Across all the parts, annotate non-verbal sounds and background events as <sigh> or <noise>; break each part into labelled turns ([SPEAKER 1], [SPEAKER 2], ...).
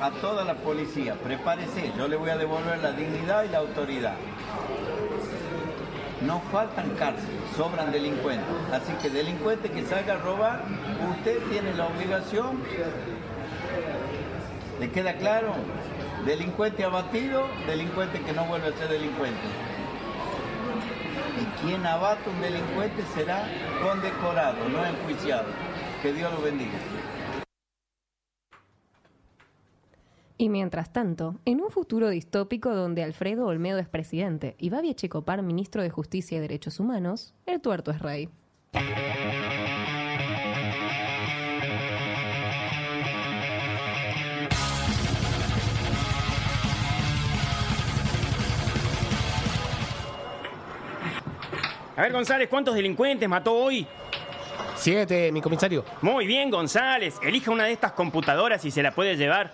[SPEAKER 1] a toda la policía, prepárese, yo le voy a devolver la dignidad y la autoridad. No faltan cárceles, sobran delincuentes. Así que delincuente que salga a robar, usted tiene la obligación. ¿Le queda claro? Delincuente abatido, delincuente que no vuelve a ser delincuente. Y quien abate un delincuente será condecorado, no enjuiciado. Que Dios lo bendiga.
[SPEAKER 2] Y mientras tanto, en un futuro distópico donde Alfredo Olmedo es presidente y Babi Checopar ministro de Justicia y Derechos Humanos, el tuerto es rey.
[SPEAKER 3] A ver, González, ¿cuántos delincuentes mató hoy?
[SPEAKER 4] Siete, mi comisario.
[SPEAKER 3] Muy bien, González. Elija una de estas computadoras y se la puede llevar.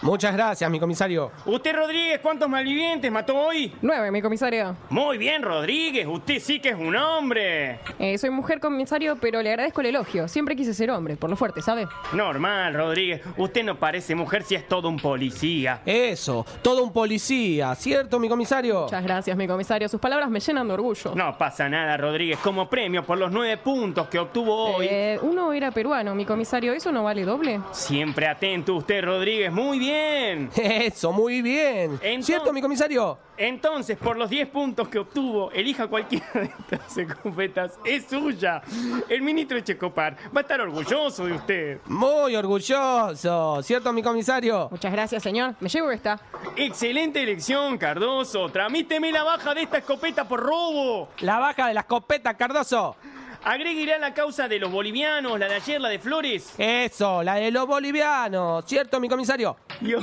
[SPEAKER 4] Muchas gracias, mi comisario.
[SPEAKER 3] Usted, Rodríguez, ¿cuántos malvivientes mató hoy?
[SPEAKER 2] Nueve, mi comisario.
[SPEAKER 3] Muy bien, Rodríguez. Usted sí que es un hombre.
[SPEAKER 2] Eh, soy mujer, comisario, pero le agradezco el elogio. Siempre quise ser hombre, por lo fuerte, ¿sabe?
[SPEAKER 3] Normal, Rodríguez. Usted no parece mujer si es todo un policía.
[SPEAKER 4] Eso, todo un policía, ¿cierto, mi comisario?
[SPEAKER 2] Muchas gracias, mi comisario. Sus palabras me llenan de orgullo.
[SPEAKER 3] No pasa nada, Rodríguez. Como premio por los nueve puntos que obtuvo hoy.
[SPEAKER 2] Eh, uno era peruano, mi comisario. ¿Eso no vale doble?
[SPEAKER 3] Siempre atento usted, Rodríguez. Muy
[SPEAKER 4] <laughs>
[SPEAKER 3] bien.
[SPEAKER 4] Eso, muy bien.
[SPEAKER 3] Entonces-
[SPEAKER 4] ¿Cierto, mi comisario?
[SPEAKER 3] Entonces, por los 10 puntos que obtuvo, elija cualquiera de estas escopetas. Es suya. El ministro Checopar va a estar orgulloso de usted.
[SPEAKER 4] Muy orgulloso, ¿cierto, mi comisario?
[SPEAKER 2] Muchas gracias, señor. Me llevo esta.
[SPEAKER 3] Excelente elección, Cardoso. Tramíteme la baja de esta escopeta por robo.
[SPEAKER 4] La baja de la escopeta, Cardoso.
[SPEAKER 3] Agreguirá la causa de los bolivianos, la de ayer, la de Flores.
[SPEAKER 4] Eso, la de los bolivianos, ¿cierto, mi comisario?
[SPEAKER 3] Y, o-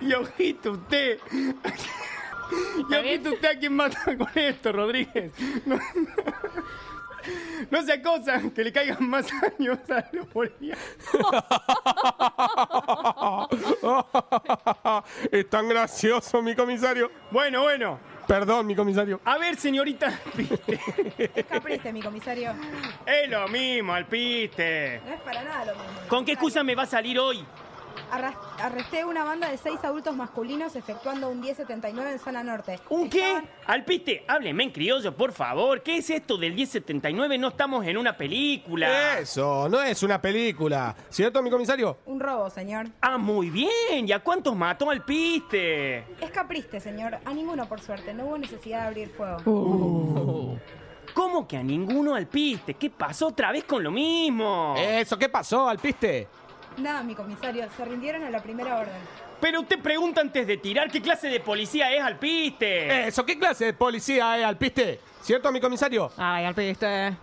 [SPEAKER 3] y ojito usted. Y ojito usted a quien mata con esto, Rodríguez. No, no sea cosa que le caigan más años a los bolivianos.
[SPEAKER 4] <laughs> es tan gracioso, mi comisario.
[SPEAKER 3] Bueno, bueno.
[SPEAKER 4] Perdón, mi comisario.
[SPEAKER 3] A ver, señorita Alpiste.
[SPEAKER 5] Capriste, mi comisario.
[SPEAKER 3] Es lo mismo, Alpiste.
[SPEAKER 5] No es para nada lo mismo.
[SPEAKER 3] ¿Con qué excusa me va a salir hoy?
[SPEAKER 5] Arras- Arresté una banda de seis adultos masculinos efectuando un 1079 en zona norte.
[SPEAKER 3] ¿Un qué?
[SPEAKER 5] Estaban-
[SPEAKER 3] Alpiste, hábleme en criollo, por favor. ¿Qué es esto del 1079? No estamos en una película.
[SPEAKER 4] Eso, no es una película, ¿cierto, mi comisario?
[SPEAKER 5] Un robo, señor.
[SPEAKER 3] Ah, muy bien. ¿Y a cuántos mató Alpiste?
[SPEAKER 5] Es capriste, señor. A ninguno, por suerte. No hubo necesidad de abrir fuego.
[SPEAKER 4] Uh.
[SPEAKER 3] Oh. ¿Cómo que a ninguno Alpiste? ¿Qué pasó otra vez con lo mismo?
[SPEAKER 4] Eso, ¿qué pasó, Alpiste?
[SPEAKER 5] Nada, mi comisario. Se rindieron a la primera orden.
[SPEAKER 3] Pero usted pregunta antes de tirar qué clase de policía es Alpiste.
[SPEAKER 4] Eso, ¿qué clase de policía es, Alpiste? ¿Cierto, mi comisario?
[SPEAKER 2] Ay, alpiste.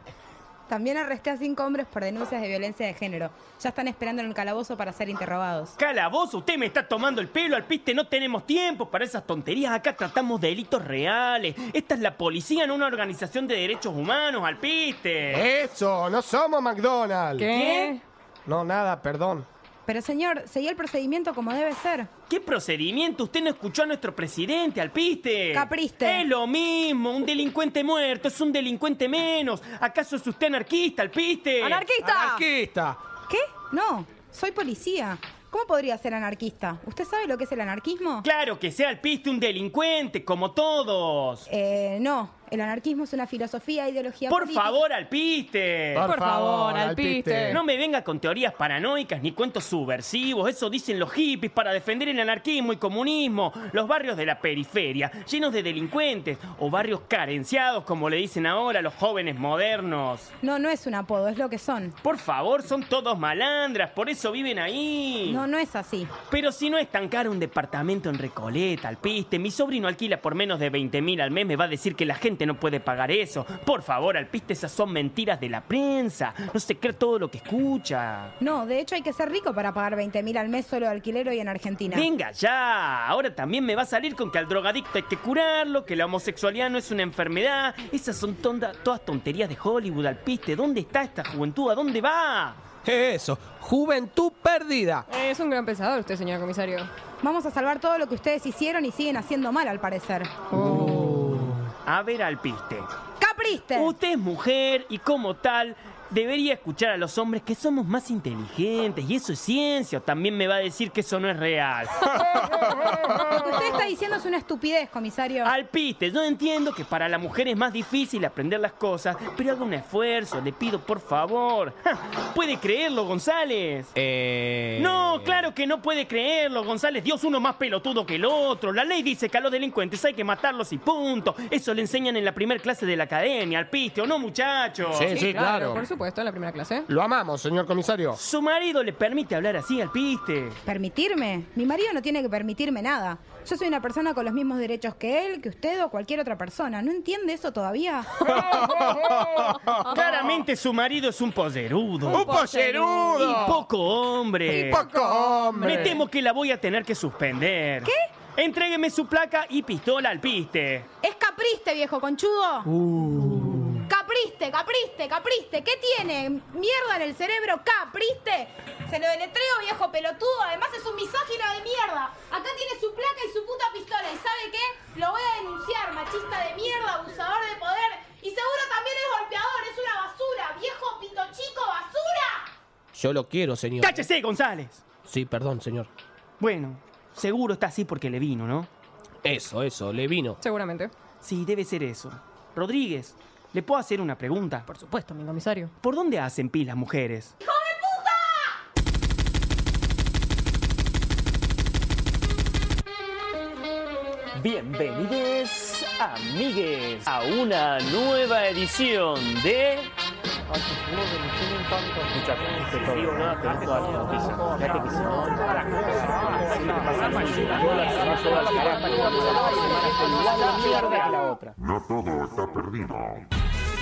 [SPEAKER 5] También arresté a cinco hombres por denuncias de violencia de género. Ya están esperando en el calabozo para ser interrogados.
[SPEAKER 3] Calabozo, usted me está tomando el pelo, Alpiste, no tenemos tiempo para esas tonterías. Acá tratamos de delitos reales. Esta es la policía, no una organización de derechos humanos,
[SPEAKER 4] Eh,
[SPEAKER 3] Alpiste. <laughs>
[SPEAKER 4] Eso, no somos McDonald's.
[SPEAKER 2] ¿Qué?
[SPEAKER 4] No, nada, perdón.
[SPEAKER 5] Pero, señor, seguí el procedimiento como debe ser.
[SPEAKER 3] ¿Qué procedimiento? Usted no escuchó a nuestro presidente, Alpiste.
[SPEAKER 5] Capriste.
[SPEAKER 3] Es lo mismo, un delincuente muerto es un delincuente menos. ¿Acaso es usted anarquista, Alpiste?
[SPEAKER 2] ¡Anarquista!
[SPEAKER 4] Anarquista.
[SPEAKER 5] ¿Qué? No, soy policía. ¿Cómo podría ser anarquista? ¿Usted sabe lo que es el anarquismo?
[SPEAKER 3] Claro que sea Alpiste un delincuente, como todos.
[SPEAKER 5] Eh, no, el anarquismo es una filosofía, ideología.
[SPEAKER 3] Por
[SPEAKER 5] política.
[SPEAKER 3] favor, Alpiste.
[SPEAKER 2] Por favor, Alpiste.
[SPEAKER 3] No me venga con teorías paranoicas ni cuentos subversivos, eso dicen los hippies para defender el anarquismo y comunismo, los barrios de la periferia, llenos de delincuentes, o barrios carenciados como le dicen ahora los jóvenes modernos.
[SPEAKER 5] No, no es un apodo, es lo que son.
[SPEAKER 3] Por favor, son todos malandras, por eso viven ahí.
[SPEAKER 5] No, no es así.
[SPEAKER 3] Pero si no es tan caro un departamento en Recoleta, Alpiste, mi sobrino alquila por menos de 20 mil al mes, me va a decir que la gente no puede pagar eso. Por favor, Alpiste, esas son mentiras de la prensa. No se cree todo lo que escucha.
[SPEAKER 5] No, de hecho hay que ser rico para pagar 20 mil al mes solo de alquiler hoy en Argentina.
[SPEAKER 3] Venga ya, ahora también me va a salir con que al drogadicto hay que curarlo, que la homosexualidad no es una enfermedad. Esas son tonda- todas tonterías de Hollywood, Alpiste. ¿Dónde está esta juventud? ¿A dónde va?
[SPEAKER 4] Eso, juventud perdida.
[SPEAKER 2] Eh, Es un gran pensador usted, señor comisario.
[SPEAKER 5] Vamos a salvar todo lo que ustedes hicieron y siguen haciendo mal, al parecer.
[SPEAKER 3] Oh. A ver, Alpiste.
[SPEAKER 5] ¡Capriste!
[SPEAKER 3] Usted es mujer y como tal Debería escuchar a los hombres que somos más inteligentes y eso es ciencia. O también me va a decir que eso no es real.
[SPEAKER 5] Lo que usted está diciendo es una estupidez, comisario.
[SPEAKER 3] Al piste, yo entiendo que para la mujer es más difícil aprender las cosas, pero haga un esfuerzo, le pido por favor. Ja, ¿Puede creerlo, González?
[SPEAKER 6] Eh...
[SPEAKER 3] No, claro que no puede creerlo, González. Dios uno más pelotudo que el otro. La ley dice que a los delincuentes hay que matarlos y punto. Eso le enseñan en la primer clase de la academia, al piste, ¿o no, muchachos?
[SPEAKER 4] Sí, sí, claro.
[SPEAKER 2] Por supuesto, en la primera clase.
[SPEAKER 4] Lo amamos, señor comisario.
[SPEAKER 3] Su marido le permite hablar así al piste.
[SPEAKER 5] ¿Permitirme? Mi marido no tiene que permitirme nada. Yo soy una persona con los mismos derechos que él, que usted o cualquier otra persona. ¿No entiende eso todavía?
[SPEAKER 3] Claramente su marido es un
[SPEAKER 4] Oh. ¡Un
[SPEAKER 3] poserudo.
[SPEAKER 4] pollerudo!
[SPEAKER 3] Y poco hombre.
[SPEAKER 4] ¡Y poco hombre!
[SPEAKER 3] Me temo que la voy a tener que suspender. ¿Qué? Entrégueme su placa y pistola al piste.
[SPEAKER 7] Es capriste, viejo conchudo. Capriste, capriste, capriste. ¿Qué tiene? Mierda en el cerebro, capriste. Se lo deletreo, viejo pelotudo. Además es un misógino de mierda. Acá tiene su placa y su puta pistola. ¿Y sabe qué? Lo voy a denunciar, machista de mierda, abusador de poder. Y seguro también es golpeador, es una basura. Viejo pito chico, basura.
[SPEAKER 6] Yo lo quiero, señor.
[SPEAKER 3] ¡Cállese, González!
[SPEAKER 6] Sí, perdón, señor.
[SPEAKER 3] Bueno, seguro está así porque le vino, ¿no?
[SPEAKER 6] Eso, eso, le vino.
[SPEAKER 2] Seguramente.
[SPEAKER 3] Sí, debe ser eso. Rodríguez, ¿le puedo hacer una pregunta?
[SPEAKER 2] Por supuesto, mi comisario.
[SPEAKER 3] ¿Por dónde hacen pis las mujeres?
[SPEAKER 7] ¡Hijo de puta!
[SPEAKER 8] Bienvenidos, amigues, a una nueva edición de.
[SPEAKER 9] No todo está perdido.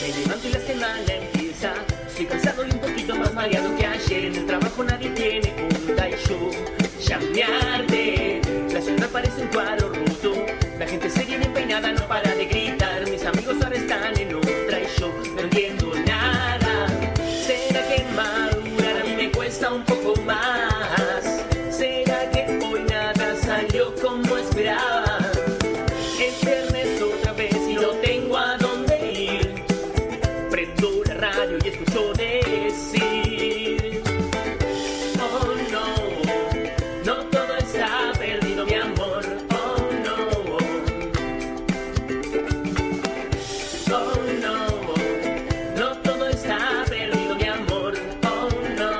[SPEAKER 8] Me levanto y la semana empieza. Estoy cansado y un poquito más mareado que ayer. En el trabajo nadie tiene punta y yo ya me harté. La ciudad parece un cuadro roto. La gente seria y bien peinada no para de gritar. Mis amigos ahora están en otra y yo no entiendo nada. ¿Será que madurar a mí me cuesta un poco más? ¿Será que hoy nada salió como esperaba? Es viernes otra vez y no tengo a dónde ir. Prendo la radio y escucho decir Oh no, no todo está perdido mi amor Oh no, oh no, no todo está perdido mi amor Oh no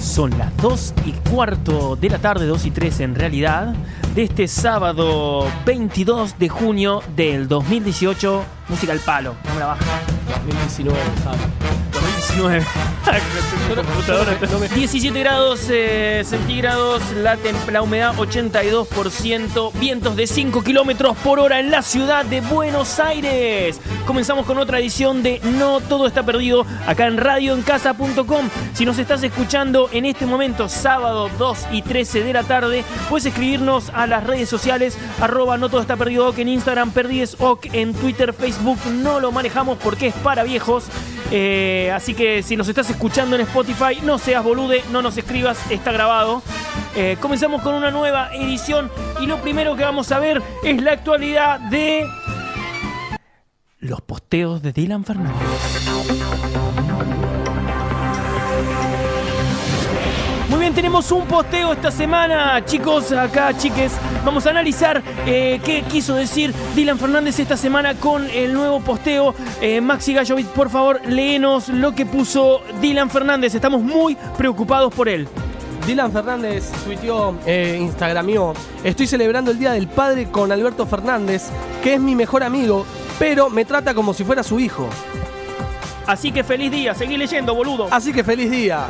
[SPEAKER 3] Son las 2 y cuarto de la tarde, 2 y 3 en realidad, de este sábado 22 de junio del 2018. Música al palo, no me la baja.
[SPEAKER 6] 2019, ¿sabes?
[SPEAKER 3] 2019.
[SPEAKER 6] Yo no- yo no me-
[SPEAKER 3] 17 grados eh, centígrados, la, tem- la humedad 82%, vientos de 5 kilómetros por hora en la ciudad de Buenos Aires. Comenzamos con otra edición de No Todo Está Perdido acá en radioencasa.com. Si nos estás escuchando en este momento, sábado 2 y 13 de la tarde, puedes escribirnos a las redes sociales, arroba No Todo Está Perdido ok en Instagram, Perdides ok en Twitter, Facebook, no lo manejamos porque es para viejos. Eh, así que si nos estás escuchando en Spotify, no seas bolude, no nos escribas, está grabado. Eh, comenzamos con una nueva edición y lo primero que vamos a ver es la actualidad de los posteos de Dylan Fernández. Muy bien, tenemos un posteo esta semana, chicos, acá, chiques. Vamos a analizar eh, qué quiso decir Dylan Fernández esta semana con el nuevo posteo. Eh, Maxi Gallovic, por favor, léenos lo que puso Dylan Fernández. Estamos muy preocupados por él.
[SPEAKER 6] Dylan Fernández tuiteó, eh, instagramió, estoy celebrando el Día del Padre con Alberto Fernández, que es mi mejor amigo, pero me trata como si fuera su hijo.
[SPEAKER 3] Así que feliz día, seguí leyendo, boludo.
[SPEAKER 6] Así que feliz día.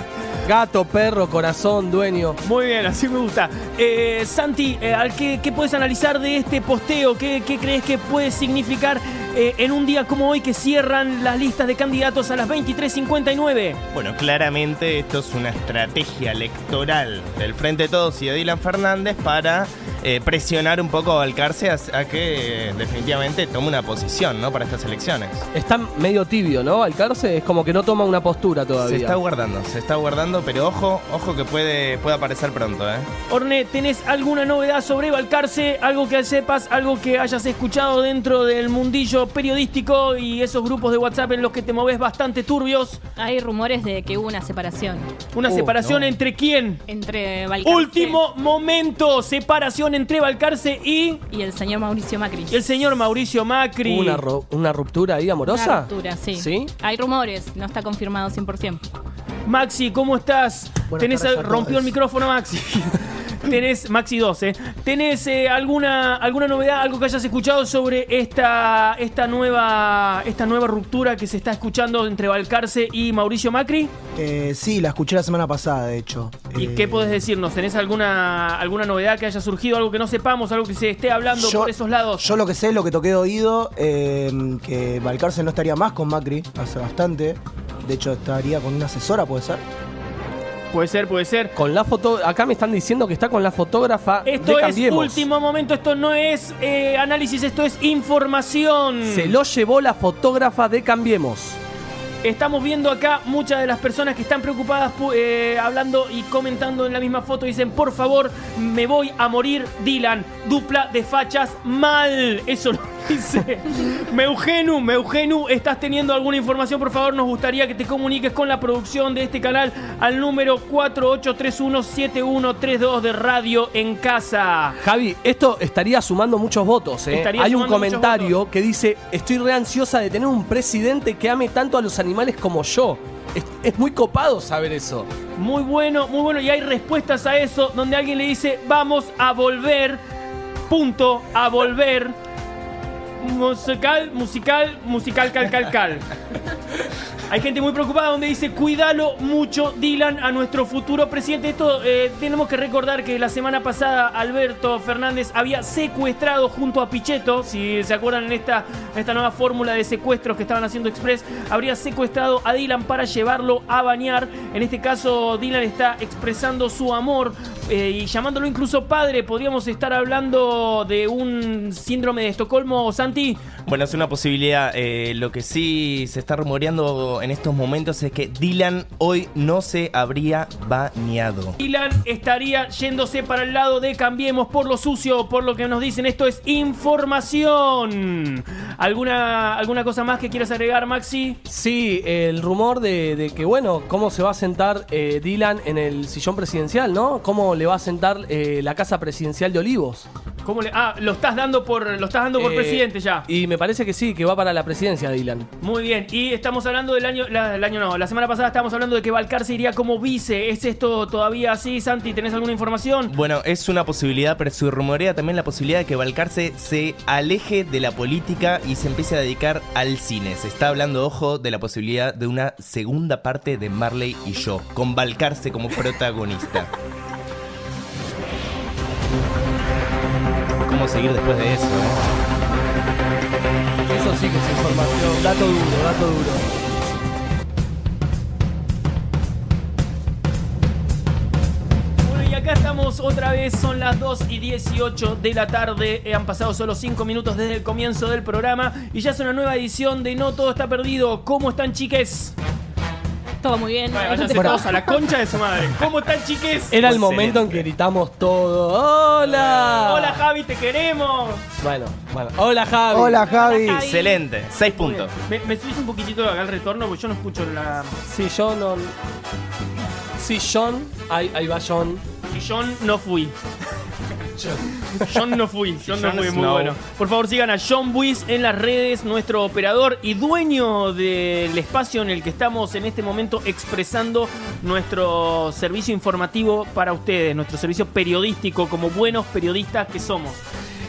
[SPEAKER 6] Gato, perro, corazón, dueño.
[SPEAKER 3] Muy bien, así me gusta. Eh, Santi, eh, al- ¿qué, qué puedes analizar de este posteo? ¿Qué, qué crees que puede significar eh, en un día como hoy que cierran las listas de candidatos a las 23.59?
[SPEAKER 10] Bueno, claramente esto es una estrategia electoral del Frente de Todos y de Dylan Fernández para eh, presionar un poco a Balcarce a, a que eh, definitivamente tome una posición ¿no? para estas elecciones.
[SPEAKER 6] Está medio tibio, ¿no? Alcarce es como que no toma una postura todavía.
[SPEAKER 10] Se está guardando, se está guardando, pero ojo, ojo que puede, puede aparecer pronto. ¿eh?
[SPEAKER 3] Orne, ¿tenés alguna novedad sobre Balcarce? Algo que sepas, algo que hayas escuchado dentro del mundillo periodístico y esos grupos de WhatsApp en los que te moves bastante turbios.
[SPEAKER 11] Hay rumores de que hubo una separación
[SPEAKER 3] Una
[SPEAKER 10] Uh,
[SPEAKER 3] separación
[SPEAKER 10] no.
[SPEAKER 3] entre quién?
[SPEAKER 11] entre Balcarce
[SPEAKER 3] Último momento, separación entre Balcarce y
[SPEAKER 11] y el señor Mauricio Macri.
[SPEAKER 3] el señor Mauricio Macri.
[SPEAKER 6] ¿Hubo una, ro- una ruptura ahí amorosa?
[SPEAKER 11] Una ruptura, sí.
[SPEAKER 6] ¿Sí?
[SPEAKER 11] Hay rumores, no está confirmado 100%.
[SPEAKER 3] Maxi, ¿cómo estás?
[SPEAKER 6] Buenas
[SPEAKER 3] Tenés
[SPEAKER 6] tardes a
[SPEAKER 3] rompió
[SPEAKER 6] todos.
[SPEAKER 3] el micrófono
[SPEAKER 6] <laughs>
[SPEAKER 3] Maxi. Tenés Maxi 12. ¿Tenés eh, alguna alguna novedad, algo que hayas escuchado sobre esta esta nueva esta nueva ruptura que se está escuchando entre Balcarce y Mauricio Macri?
[SPEAKER 12] Eh, sí, la escuché la semana pasada, de hecho.
[SPEAKER 3] ¿Y
[SPEAKER 12] Eh,
[SPEAKER 3] qué podés decirnos? ¿Tenés alguna alguna novedad que haya surgido, algo que no sepamos, algo que se esté hablando
[SPEAKER 12] Yo-
[SPEAKER 3] por esos lados?
[SPEAKER 12] Yo lo que sé es lo que toqué de oído, eh, que Valcarce no estaría más con Macri hace bastante. De hecho, estaría con una asesora, puede ser.
[SPEAKER 3] Puede ser, puede ser.
[SPEAKER 6] Con la foto. Acá me están diciendo que está con la fotógrafa
[SPEAKER 3] Esto
[SPEAKER 6] de
[SPEAKER 3] es
[SPEAKER 6] Cambiemos.
[SPEAKER 3] último momento, esto no es eh, análisis, esto es información.
[SPEAKER 6] Se lo llevó la fotógrafa de Cambiemos.
[SPEAKER 3] Estamos viendo acá muchas de las personas que están preocupadas pu- eh, hablando y comentando en la misma foto. Dicen, por favor, me voy a morir, Dylan. Dupla de fachas mal. Eso lo <laughs> dice. Meugenu, Meugenu, ¿estás teniendo alguna información? Por favor, nos gustaría que te comuniques con la producción de este canal al número 48317132 de Radio en Casa.
[SPEAKER 6] Javi, esto estaría sumando muchos votos. ¿eh?
[SPEAKER 3] Estaría
[SPEAKER 6] Hay un
[SPEAKER 3] sumando muchos
[SPEAKER 6] comentario
[SPEAKER 3] votos.
[SPEAKER 6] que dice: Estoy re ansiosa de tener un presidente que ame tanto a los animales como yo. Es, es muy copado saber eso.
[SPEAKER 3] Muy bueno, muy bueno. Y hay respuestas a eso donde alguien le dice, vamos a volver, punto, a volver. Musical, musical, musical, cal, cal, cal. Hay gente muy preocupada donde dice, cuídalo mucho, Dylan, a nuestro futuro presidente. Esto eh, tenemos que recordar que la semana pasada Alberto Fernández había secuestrado junto a Pichetto, si se acuerdan en esta, en esta nueva fórmula de secuestros que estaban haciendo Express, habría secuestrado a Dylan para llevarlo a bañar. En este caso, Dylan está expresando su amor eh, y llamándolo incluso padre. Podríamos estar hablando de un síndrome de Estocolmo, Santi.
[SPEAKER 10] Bueno, es una posibilidad. Eh, lo que sí se está rumoreando en estos momentos es que Dylan hoy no se habría bañado.
[SPEAKER 3] Dylan estaría yéndose para el lado de Cambiemos por lo sucio, por lo que nos dicen. Esto es información. ¿Alguna, alguna cosa más que quieras agregar, Maxi?
[SPEAKER 6] Sí, el rumor de, de que, bueno, cómo se va a sentar eh, Dylan en el sillón presidencial, ¿no? ¿Cómo le va a sentar eh, la casa presidencial de Olivos?
[SPEAKER 3] ¿Cómo le- ah, lo estás dando por, lo estás dando por
[SPEAKER 6] Eh,
[SPEAKER 3] presidente ya.
[SPEAKER 6] Y me parece que sí, que va para la presidencia Dylan.
[SPEAKER 3] Muy bien, y estamos hablando del año, la, el año no, la semana pasada estábamos hablando de que Valcarce iría como vice. ¿Es esto todavía así, Santi? ¿Tenés alguna información?
[SPEAKER 10] Bueno, es una posibilidad, pero se rumorea también la posibilidad de que Balcarce se aleje de la política y se empiece a dedicar al cine. Se está hablando, ojo, de la posibilidad de una segunda parte de Marley y yo, con Balcarce como protagonista. ¿Cómo seguir después de eso? eh?
[SPEAKER 6] Eso sí que es información. Dato duro, dato duro.
[SPEAKER 3] Bueno, y acá estamos otra vez, son las 2 y 18 de la tarde. Eh, Han pasado solo 5 minutos desde el comienzo del programa y ya es una nueva edición de No Todo Está Perdido. ¿Cómo están, chiques?
[SPEAKER 11] Todo muy bien.
[SPEAKER 3] Vaya, váyanse todos a la concha de su madre. ¿Cómo están, chiques?
[SPEAKER 6] Era el
[SPEAKER 10] Excelente.
[SPEAKER 6] momento en que gritamos todo. ¡Hola!
[SPEAKER 3] Hola, Javi, te queremos.
[SPEAKER 6] Bueno, Bueno, hola Javi.
[SPEAKER 12] Hola, Javi.
[SPEAKER 10] Excelente, seis puntos.
[SPEAKER 3] ¿Me, me subís un poquitito acá el retorno? Porque yo no escucho la.
[SPEAKER 6] Si yo no. Si John. Ahí, ahí va John.
[SPEAKER 3] Si John no
[SPEAKER 6] <laughs>
[SPEAKER 3] fui. John no fui, John no
[SPEAKER 10] John
[SPEAKER 3] fui, muy
[SPEAKER 10] Snow.
[SPEAKER 3] bueno. Por favor, sigan a John Buis en las redes, nuestro operador y dueño del espacio en el que estamos en este momento expresando nuestro servicio informativo para ustedes, nuestro servicio periodístico como buenos periodistas que somos.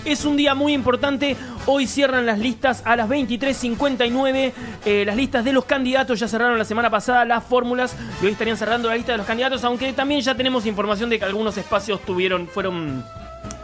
[SPEAKER 3] Es un día muy importante. Hoy cierran las listas a las 23.59. Eh, las listas de los candidatos ya cerraron la semana pasada las fórmulas y hoy estarían cerrando la lista de los candidatos, aunque también ya tenemos información de que algunos espacios tuvieron, fueron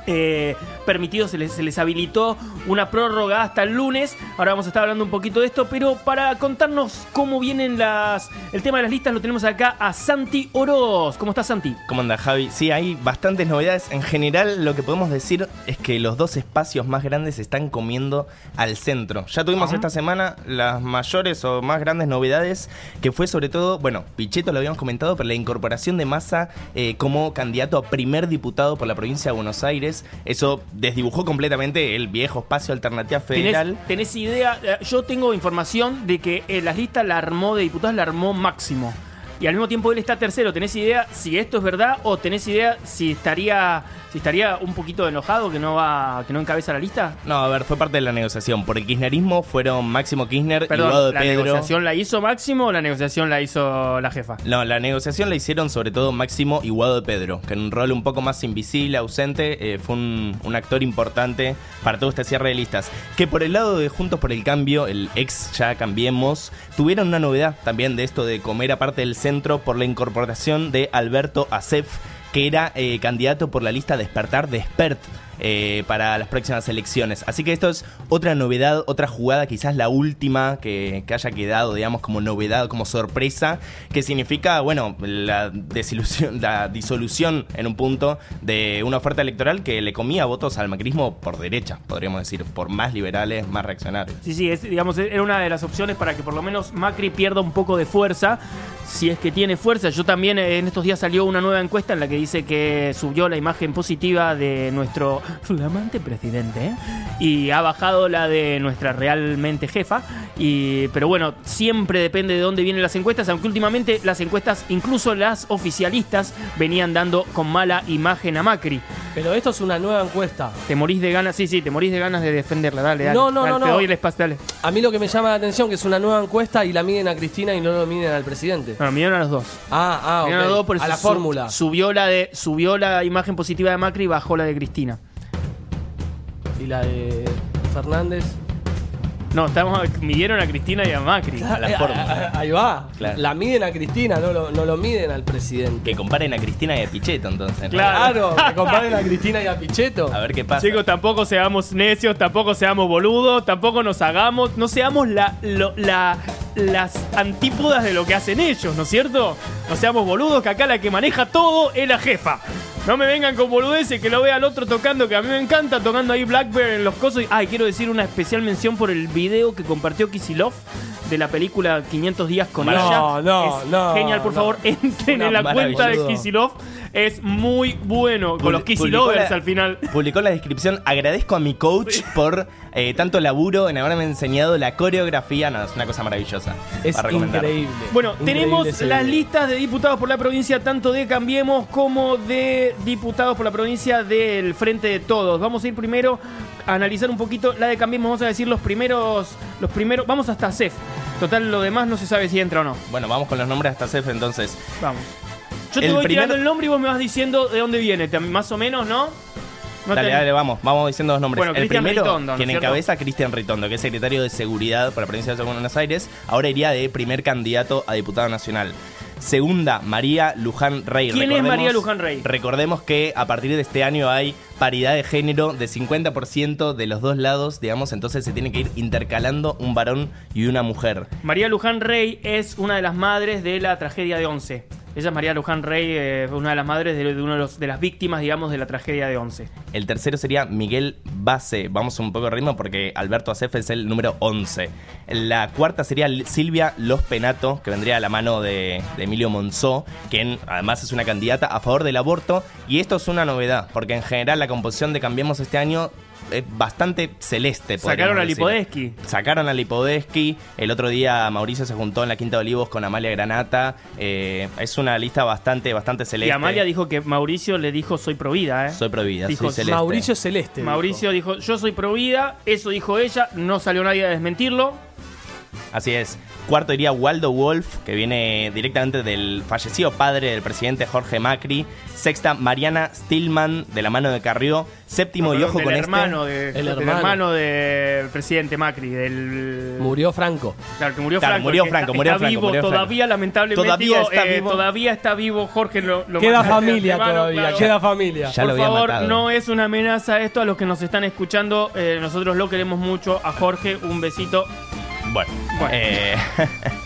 [SPEAKER 3] eh, permitido, se les, se les habilitó una prórroga hasta el lunes. Ahora vamos a estar hablando un poquito de esto, pero para contarnos cómo vienen las. El tema de las listas lo tenemos acá a Santi Oroz. ¿Cómo estás, Santi?
[SPEAKER 10] ¿Cómo anda Javi? Sí, hay bastantes novedades. En general, lo que podemos decir es que los dos espacios más grandes se están comiendo al centro. Ya tuvimos esta semana las mayores o más grandes novedades, que fue sobre todo, bueno, Pichetto lo habíamos comentado, pero la incorporación de Massa eh, como candidato a primer diputado por la provincia de Buenos Aires. Eso desdibujó completamente el viejo espacio alternativa federal.
[SPEAKER 3] ¿Tenés, tenés idea? Eh, Yo tengo información de que eh, las listas la armó de diputados, la armó Máximo. Y al mismo tiempo él está tercero. ¿Tenés idea si esto es verdad o tenés idea si estaría, si estaría un poquito enojado que no va, que no encabeza la lista?
[SPEAKER 10] No, a ver, fue parte de la negociación. Por el kirchnerismo fueron Máximo Kirchner y Guado
[SPEAKER 3] Perdón,
[SPEAKER 10] de
[SPEAKER 3] ¿la
[SPEAKER 10] Pedro.
[SPEAKER 3] negociación la hizo Máximo o la negociación la hizo la jefa?
[SPEAKER 10] No, la negociación la hicieron sobre todo Máximo y Guado de Pedro, que en un rol un poco más invisible, ausente, eh, fue un, un actor importante para todo este cierre de listas. Que por el lado de Juntos por el Cambio, el ex ya cambiemos, tuvieron una novedad también de esto de comer aparte del centro por la incorporación de Alberto Acef, que era eh, candidato por la lista Despertar Despert. eh, para las próximas elecciones. Así que esto es otra novedad, otra jugada, quizás la última que, que haya quedado, digamos, como novedad, como sorpresa, que significa, bueno, la desilusión, la disolución en un punto de una oferta electoral que le comía votos al macrismo por derecha, podríamos decir, por más liberales, más reaccionarios.
[SPEAKER 3] Sí, sí, es, digamos, era una de las opciones para que por lo menos Macri pierda un poco de fuerza, si es que tiene fuerza. Yo también eh, en estos días salió una nueva encuesta en la que dice que subió la imagen positiva de nuestro flamante presidente ¿eh? y ha bajado la de nuestra realmente jefa. Y, pero bueno, siempre depende de dónde vienen las encuestas, aunque últimamente las encuestas, incluso las oficialistas, venían dando con mala imagen a Macri.
[SPEAKER 6] Pero esto es una nueva encuesta.
[SPEAKER 3] Te morís de ganas, sí, sí, te morís de ganas de defenderla. Dale, dale.
[SPEAKER 6] No, no,
[SPEAKER 3] Dale,
[SPEAKER 6] no,
[SPEAKER 3] Te
[SPEAKER 6] no.
[SPEAKER 3] doy el espacio, dale.
[SPEAKER 6] A mí lo que me llama la atención que es una nueva encuesta y la miden a Cristina y no lo miden al presidente.
[SPEAKER 3] No, midieron a los dos.
[SPEAKER 6] Ah, ah, ok.
[SPEAKER 3] Mirá los dos, por
[SPEAKER 6] a
[SPEAKER 3] eso
[SPEAKER 6] la
[SPEAKER 3] su-
[SPEAKER 6] fórmula.
[SPEAKER 3] Subió la, de, subió la imagen positiva de Macri y bajó la de Cristina.
[SPEAKER 6] Y la de Fernández.
[SPEAKER 3] No, estamos, midieron a Cristina y a Macri.
[SPEAKER 6] A la fórmula. <laughs> Ahí va.
[SPEAKER 10] Claro.
[SPEAKER 6] La miden a Cristina, no lo, no lo miden al presidente.
[SPEAKER 10] Que comparen a Cristina y a Pichetto, entonces.
[SPEAKER 6] Claro, que comparen a Cristina y a Pichetto.
[SPEAKER 10] A ver qué pasa.
[SPEAKER 3] Chicos, tampoco seamos necios, tampoco seamos boludos, tampoco nos hagamos, no seamos la, lo- la- las antípodas de lo que hacen ellos, ¿no es cierto? No seamos boludos, que acá la que maneja todo es la jefa. No me vengan con boludeces que lo vea al otro tocando, que a mí me encanta tocando ahí Blackbird en los cosos. y- Ay, quiero decir una especial mención por el video que compartió Kisilov de la película 500 días con
[SPEAKER 6] No,
[SPEAKER 3] ella.
[SPEAKER 6] no,
[SPEAKER 3] Es
[SPEAKER 6] no,
[SPEAKER 3] Genial, por
[SPEAKER 6] no.
[SPEAKER 3] favor, entren
[SPEAKER 10] Una
[SPEAKER 3] en la cuenta de
[SPEAKER 10] maravillosa.
[SPEAKER 3] Kisilov. Es muy bueno, con los
[SPEAKER 10] Publi- publicó
[SPEAKER 3] Kisilovers
[SPEAKER 10] la-
[SPEAKER 3] al final.
[SPEAKER 10] <laughs> Publicó la descripción. Agradezco a mi coach por eh, tanto laburo en haberme enseñado la coreografía. No, es una cosa maravillosa.
[SPEAKER 6] Es
[SPEAKER 10] para recomendar.
[SPEAKER 6] increíble.
[SPEAKER 3] Bueno,
[SPEAKER 6] Increíble
[SPEAKER 3] tenemos
[SPEAKER 6] ese
[SPEAKER 3] las
[SPEAKER 6] video.
[SPEAKER 3] listas de diputados por la provincia, tanto de Cambiemos como de diputados por la provincia del Frente de Todos. Vamos a ir primero a analizar un poquito la de Cambiemos. Vamos a decir los primeros, los primeros. Vamos hasta CEF. Total, lo demás no se sabe si entra o no.
[SPEAKER 10] Bueno, vamos con los nombres hasta CEF entonces.
[SPEAKER 3] Vamos. Yo te
[SPEAKER 10] El
[SPEAKER 3] voy
[SPEAKER 10] primer-
[SPEAKER 3] tirando el nombre y vos me vas diciendo de dónde viene, te- más o menos, ¿no? No
[SPEAKER 10] dale,
[SPEAKER 3] te-
[SPEAKER 10] dale, vamos, vamos diciendo los nombres.
[SPEAKER 3] Bueno,
[SPEAKER 10] el
[SPEAKER 3] Cristian
[SPEAKER 10] primero,
[SPEAKER 3] Ritondo, ¿no es
[SPEAKER 10] quien
[SPEAKER 3] cierto?
[SPEAKER 10] encabeza, Cristian Ritondo, que es secretario de Seguridad para la provincia de Buenos Aires, ahora iría de primer candidato a diputado nacional. Segunda, María Luján Rey.
[SPEAKER 3] ¿Quién es
[SPEAKER 10] Recordemos-
[SPEAKER 3] María Luján Rey?
[SPEAKER 10] Recordemos que a partir de este año hay paridad de género de 50% de los dos lados, digamos, entonces se tiene que ir intercalando un varón y una mujer.
[SPEAKER 3] María Luján Rey es una de las madres de la tragedia de Once. Ella es María Luján Rey, eh, una de las madres de, de uno de, los- de las víctimas, digamos, de la tragedia de Once.
[SPEAKER 10] El tercero sería Miguel Base. Vamos un poco de ritmo porque Alberto Acef es el número 11. La cuarta sería L- Silvia Los Penato, que vendría a la mano de, de Emilio Monzó, quien además es una candidata a favor del aborto. Y esto es una novedad, porque en general la composición de Cambiemos este año eh, bastante celeste.
[SPEAKER 3] Sacaron
[SPEAKER 10] podríamos
[SPEAKER 3] a
[SPEAKER 10] decir.
[SPEAKER 3] Lipodeski.
[SPEAKER 10] Sacaron a Lipodeski. El otro día Mauricio se juntó en la Quinta de Olivos con Amalia Granata. Eh, es una lista bastante, bastante celeste.
[SPEAKER 3] Y Amalia dijo que Mauricio le dijo soy provida, ¿eh?
[SPEAKER 10] Soy provida,
[SPEAKER 3] Dijo,
[SPEAKER 10] soy celeste.
[SPEAKER 6] Mauricio Celeste.
[SPEAKER 3] Mauricio dijo. yo soy provida, eso dijo ella, no salió nadie a desmentirlo.
[SPEAKER 10] Así es. Cuarto iría Waldo Wolf, que viene directamente del fallecido padre del presidente Jorge Macri. Sexta, Mariana Stillman, de la mano de Carrió. Séptimo, y
[SPEAKER 3] Perdón,
[SPEAKER 10] ojo
[SPEAKER 3] del
[SPEAKER 10] con este.
[SPEAKER 3] hermano de- del hermano. del presidente Macri, del...
[SPEAKER 6] Murió Franco.
[SPEAKER 3] Claro, que murió
[SPEAKER 10] Claro,
[SPEAKER 3] Franco.
[SPEAKER 10] murió
[SPEAKER 3] que
[SPEAKER 10] Franco,
[SPEAKER 3] está-
[SPEAKER 10] murió
[SPEAKER 3] está
[SPEAKER 10] Franco,
[SPEAKER 3] vivo,
[SPEAKER 10] murió Franco.
[SPEAKER 3] todavía, lamentablemente,
[SPEAKER 10] Todavía
[SPEAKER 3] digo,
[SPEAKER 10] está
[SPEAKER 3] eh,
[SPEAKER 10] vivo.
[SPEAKER 3] todavía está vivo Jorge. Lo, lo
[SPEAKER 6] Queda
[SPEAKER 3] mandaste de
[SPEAKER 6] familia
[SPEAKER 3] antemano,
[SPEAKER 6] todavía,
[SPEAKER 3] claro.
[SPEAKER 6] queda familia.
[SPEAKER 10] Ya lo
[SPEAKER 3] Por
[SPEAKER 10] había
[SPEAKER 3] favor,
[SPEAKER 10] matado.
[SPEAKER 3] no es una amenaza esto a los que nos están escuchando. eh, nosotros lo queremos mucho. A Jorge, un besito.
[SPEAKER 10] Bueno. eh, <laughs>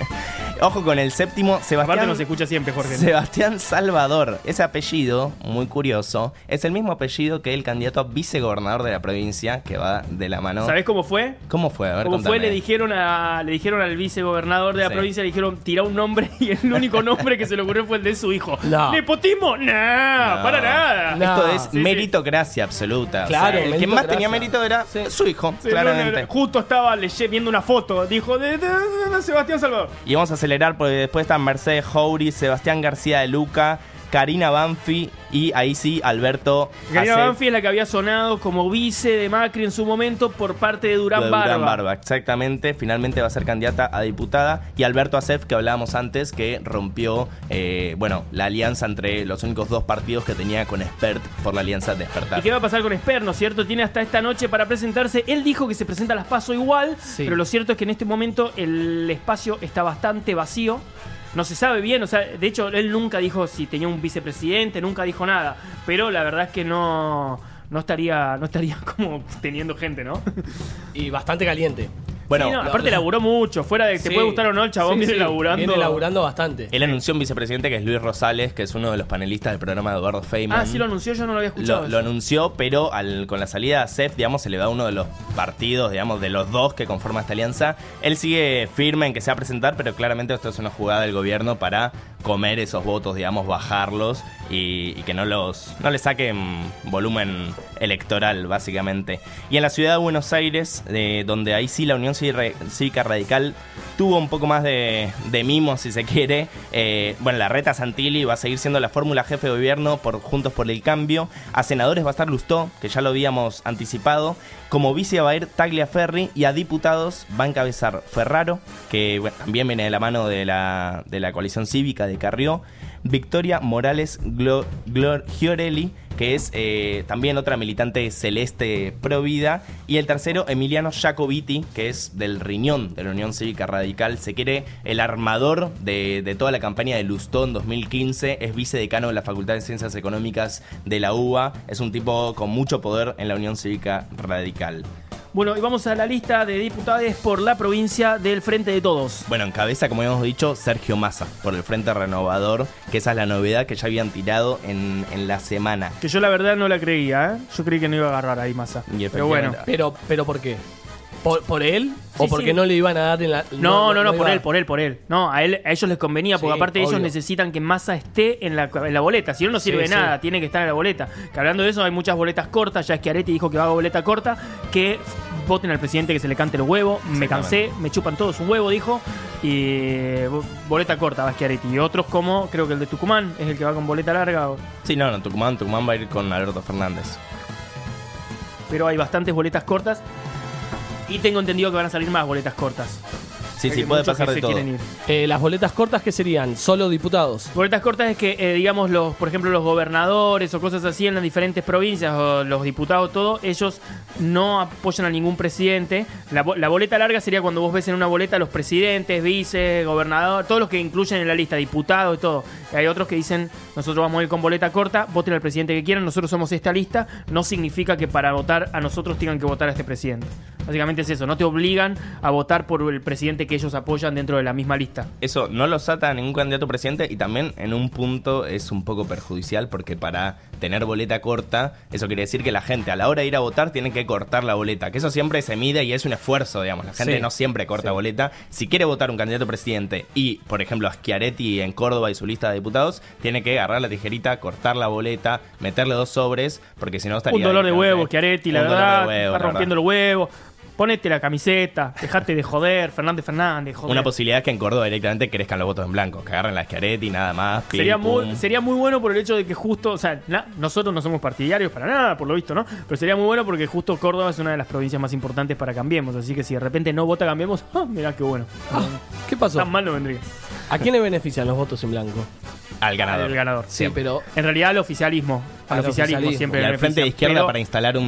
[SPEAKER 10] ojo con el séptimo, Sebastián.
[SPEAKER 3] Aparte nos escucha siempre, Jorge.
[SPEAKER 10] Sebastián Salvador. Ese apellido, muy curioso, es el mismo apellido que el candidato a vicegobernador de la provincia, que va de la mano.
[SPEAKER 3] ¿Sabés cómo fue?
[SPEAKER 10] ¿Cómo fue? A ver,
[SPEAKER 3] Como fue,
[SPEAKER 10] contame.
[SPEAKER 3] le dijeron, a, le dijeron al vicegobernador de la
[SPEAKER 10] Sí.
[SPEAKER 3] provincia, le dijeron, tirá un nombre <laughs> y el único nombre que se le ocurrió fue el de su <laughs> hijo.
[SPEAKER 10] No.
[SPEAKER 3] ¿Nepotismo? Nah,
[SPEAKER 10] No.
[SPEAKER 3] para nada.
[SPEAKER 10] Esto es
[SPEAKER 3] Sí, sí.
[SPEAKER 10] meritocracia absoluta. O sea,
[SPEAKER 6] Claro,
[SPEAKER 10] el que más
[SPEAKER 6] meritocracia.
[SPEAKER 10] tenía mérito era su hijo,
[SPEAKER 3] Sí, no, no,
[SPEAKER 10] claramente.
[SPEAKER 3] no. justo estaba leye- viendo una foto, dijo, de, de- de- de Sebastián Salvador.
[SPEAKER 10] Y vamos a acelerar porque después están Mercedes Jouri, Sebastián García de Luca, Karina Banfi y ahí sí Alberto
[SPEAKER 3] Karina
[SPEAKER 10] Acef.
[SPEAKER 3] Banfi es la que había sonado como vice de Macri en su momento por parte de Durán,
[SPEAKER 10] de Durán
[SPEAKER 3] Barba.
[SPEAKER 10] Barba, Exactamente, finalmente va a ser candidata a diputada. Y Alberto Acef, que hablábamos antes, que rompió eh, bueno, la alianza entre los únicos dos partidos que tenía con Expert por la alianza
[SPEAKER 3] ¿Y
[SPEAKER 10] Despertar.
[SPEAKER 3] qué va a pasar con Esper, no es cierto? Tiene hasta esta noche para presentarse. Él dijo que se presenta a las PASO igual, pero lo cierto es que en este momento el espacio está bastante vacío. No se sabe bien, o sea, de hecho él nunca dijo si tenía un vicepresidente, nunca dijo nada. Pero la verdad es que no, no estaría, no estaría <laughs> como teniendo gente, ¿no?
[SPEAKER 6] Y bastante caliente.
[SPEAKER 10] Bueno,
[SPEAKER 3] Sí, no,
[SPEAKER 10] lo-
[SPEAKER 3] aparte laburó mucho, fuera de que te
[SPEAKER 6] Sí.
[SPEAKER 3] puede gustar o no, el chabón
[SPEAKER 6] Sí,
[SPEAKER 3] viene
[SPEAKER 6] sí,
[SPEAKER 3] laburando.
[SPEAKER 6] Viene laburando bastante.
[SPEAKER 10] Él anunció un vicepresidente que es Luis Rosales, que es uno de los panelistas del programa de Eduardo Feynman.
[SPEAKER 3] Ah, sí lo anunció, yo no lo había escuchado.
[SPEAKER 10] Lo,
[SPEAKER 3] eso.
[SPEAKER 10] lo anunció, pero al- con la salida de ASEF, digamos, se le va a uno de los partidos, digamos, de los dos que conforma esta alianza. Él sigue firme en que se va a presentar, pero claramente esto es una jugada del gobierno para comer esos votos, digamos, bajarlos y, y que no los no le saquen volumen electoral, básicamente. Y en la ciudad de Buenos Aires, eh, donde ahí sí la Unión Cívica Cívica Radical tuvo un poco más de, de mimo, si se quiere. Eh, bueno, la reta Santilli va a seguir siendo la fórmula jefe de gobierno por Juntos por el Cambio. A senadores va a estar Lustó, que ya lo habíamos anticipado. Como vice va a ir Tagliaferri y a diputados va a encabezar Ferraro, que bueno, también viene de la mano de la, de la coalición cívica de Carrió. Victoria Morales Glo- Glor- Giorelli, que es eh, también otra militante celeste provida. Y el tercero, Emiliano Jacobiti, que es del riñón de la Unión Cívica Radical. Se quiere el armador de, de toda la campaña de Lustó en 2015. Es vicedecano de la Facultad de Ciencias Económicas de la UBA. Es un tipo con mucho poder en la Unión Cívica Radical.
[SPEAKER 3] Bueno, y vamos a la lista de diputados por la provincia del Frente de Todos.
[SPEAKER 10] Bueno, en cabeza, como habíamos dicho, Sergio Massa, por el Frente Renovador, que esa es la novedad que ya habían tirado en, en la semana.
[SPEAKER 3] Que yo la verdad no la creía, ¿eh? Yo creí que no iba a agarrar ahí masa.
[SPEAKER 10] Y
[SPEAKER 3] Pero bueno.
[SPEAKER 10] efectivamente-
[SPEAKER 6] Pero, pero ¿por qué? ¿Por, por él? ¿O
[SPEAKER 3] Sí,
[SPEAKER 6] porque
[SPEAKER 3] sí.
[SPEAKER 6] no le iban a dar en la.?
[SPEAKER 3] No, no, no, por
[SPEAKER 6] iba-
[SPEAKER 3] él, por él, por él. No, a, él, a ellos les convenía, porque
[SPEAKER 6] Sí,
[SPEAKER 3] aparte ellos
[SPEAKER 6] obvio.
[SPEAKER 3] necesitan que Massa esté en la, en la boleta. Si no, no
[SPEAKER 6] Sí,
[SPEAKER 3] sirve de
[SPEAKER 6] sí.
[SPEAKER 3] nada, tiene que estar en la boleta. Que hablando de eso, hay muchas boletas cortas. Ya Schiaretti dijo que va a boleta corta, que voten al presidente que se le cante el huevo. Me cansé, me chupan todos un huevo, dijo. Y bo- boleta corta va Schiaretti. Y otros como, creo que el de Tucumán, es el que va con boleta larga. o-
[SPEAKER 10] Sí, no, no, Tucumán, Tucumán va a ir con Alberto Fernández.
[SPEAKER 3] Pero hay bastantes boletas cortas. Y tengo entendido que van a salir más boletas cortas.
[SPEAKER 10] Sí,
[SPEAKER 3] Hay
[SPEAKER 10] sí, puede
[SPEAKER 3] muchos que
[SPEAKER 10] pasar de
[SPEAKER 3] se
[SPEAKER 10] todo.
[SPEAKER 3] quieren ir.
[SPEAKER 6] Eh, las boletas cortas que serían solo diputados.
[SPEAKER 3] Boletas cortas es que, eh, digamos, los, por ejemplo, los gobernadores o cosas así en las diferentes provincias, o los diputados, todo, ellos no apoyan a ningún presidente. La, bo- la boleta larga sería cuando vos ves en una boleta a los presidentes, vice, gobernador, todos los que incluyen en la lista, diputados y todo. Y hay otros que dicen, nosotros vamos a ir con boleta corta, voten al presidente que quieran, nosotros somos esta lista, no significa que para votar a nosotros tengan que votar a este presidente. Básicamente es eso, no te obligan a votar por el presidente que ellos apoyan dentro de la misma lista.
[SPEAKER 10] Eso no los ata a ningún candidato presidente y también en un punto es un poco perjudicial porque para tener boleta corta, eso quiere decir que la gente a la hora de ir a votar tiene que cortar la boleta, que eso siempre se mide y es un esfuerzo, digamos, la gente
[SPEAKER 6] Sí.
[SPEAKER 10] no siempre corta boleta. Si quiere votar un candidato presidente y, por ejemplo, a Schiaretti en Córdoba y su lista de diputados, tiene que agarrar la tijerita, cortar la boleta, meterle dos sobres, porque si no estaría...
[SPEAKER 3] un dolor de
[SPEAKER 10] directamente-
[SPEAKER 3] huevos, Chiaretti, la
[SPEAKER 10] Un dolor de
[SPEAKER 3] verdad,
[SPEAKER 10] huevo, la
[SPEAKER 3] está
[SPEAKER 10] verdad.
[SPEAKER 3] rompiendo los huevos. Ponete la camiseta, dejate de joder, Fernández Fernández, joder.
[SPEAKER 10] Una posibilidad es que en Córdoba directamente crezcan los votos en blanco, que agarren la Schiaretti, nada más. pim,
[SPEAKER 3] Sería
[SPEAKER 10] pum.
[SPEAKER 6] pues.
[SPEAKER 3] muy, sería muy bueno por el hecho de que justo, o sea, na- nosotros no somos partidarios para nada, por lo visto, ¿no? Pero sería muy bueno porque justo Córdoba es una de las provincias más importantes para Cambiemos, así que si de repente no vota Cambiemos, <laughs> ¡ah, mirá qué bueno.
[SPEAKER 6] ¿Qué pasó?
[SPEAKER 3] Tan mal no vendría.
[SPEAKER 6] ¿A quién le benefician los votos en blanco?
[SPEAKER 10] Al ganador.
[SPEAKER 3] Al ganador.
[SPEAKER 6] Sí, pero
[SPEAKER 3] En realidad al oficialismo, al,
[SPEAKER 6] Al
[SPEAKER 3] oficialismo,
[SPEAKER 6] oficialismo.
[SPEAKER 3] siempre
[SPEAKER 10] Y al
[SPEAKER 3] beneficia,
[SPEAKER 10] frente de izquierda
[SPEAKER 3] pero-
[SPEAKER 10] para instalar un.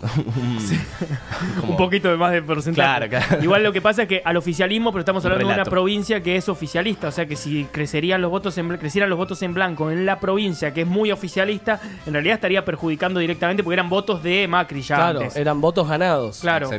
[SPEAKER 10] <laughs> un-
[SPEAKER 3] un poquito de más de porcentaje.
[SPEAKER 10] Claro, claro.
[SPEAKER 3] Igual lo que pasa es que al oficialismo, pero estamos
[SPEAKER 10] Un
[SPEAKER 3] hablando de una
[SPEAKER 10] relato.
[SPEAKER 3] provincia que es oficialista, o sea que si crecerían los votos en, bl- crecieran los votos en blanco en la provincia que es muy oficialista, en realidad estaría perjudicando directamente porque eran votos de Macri ya
[SPEAKER 6] claro,
[SPEAKER 3] antes.
[SPEAKER 6] eran votos ganados.
[SPEAKER 3] Claro,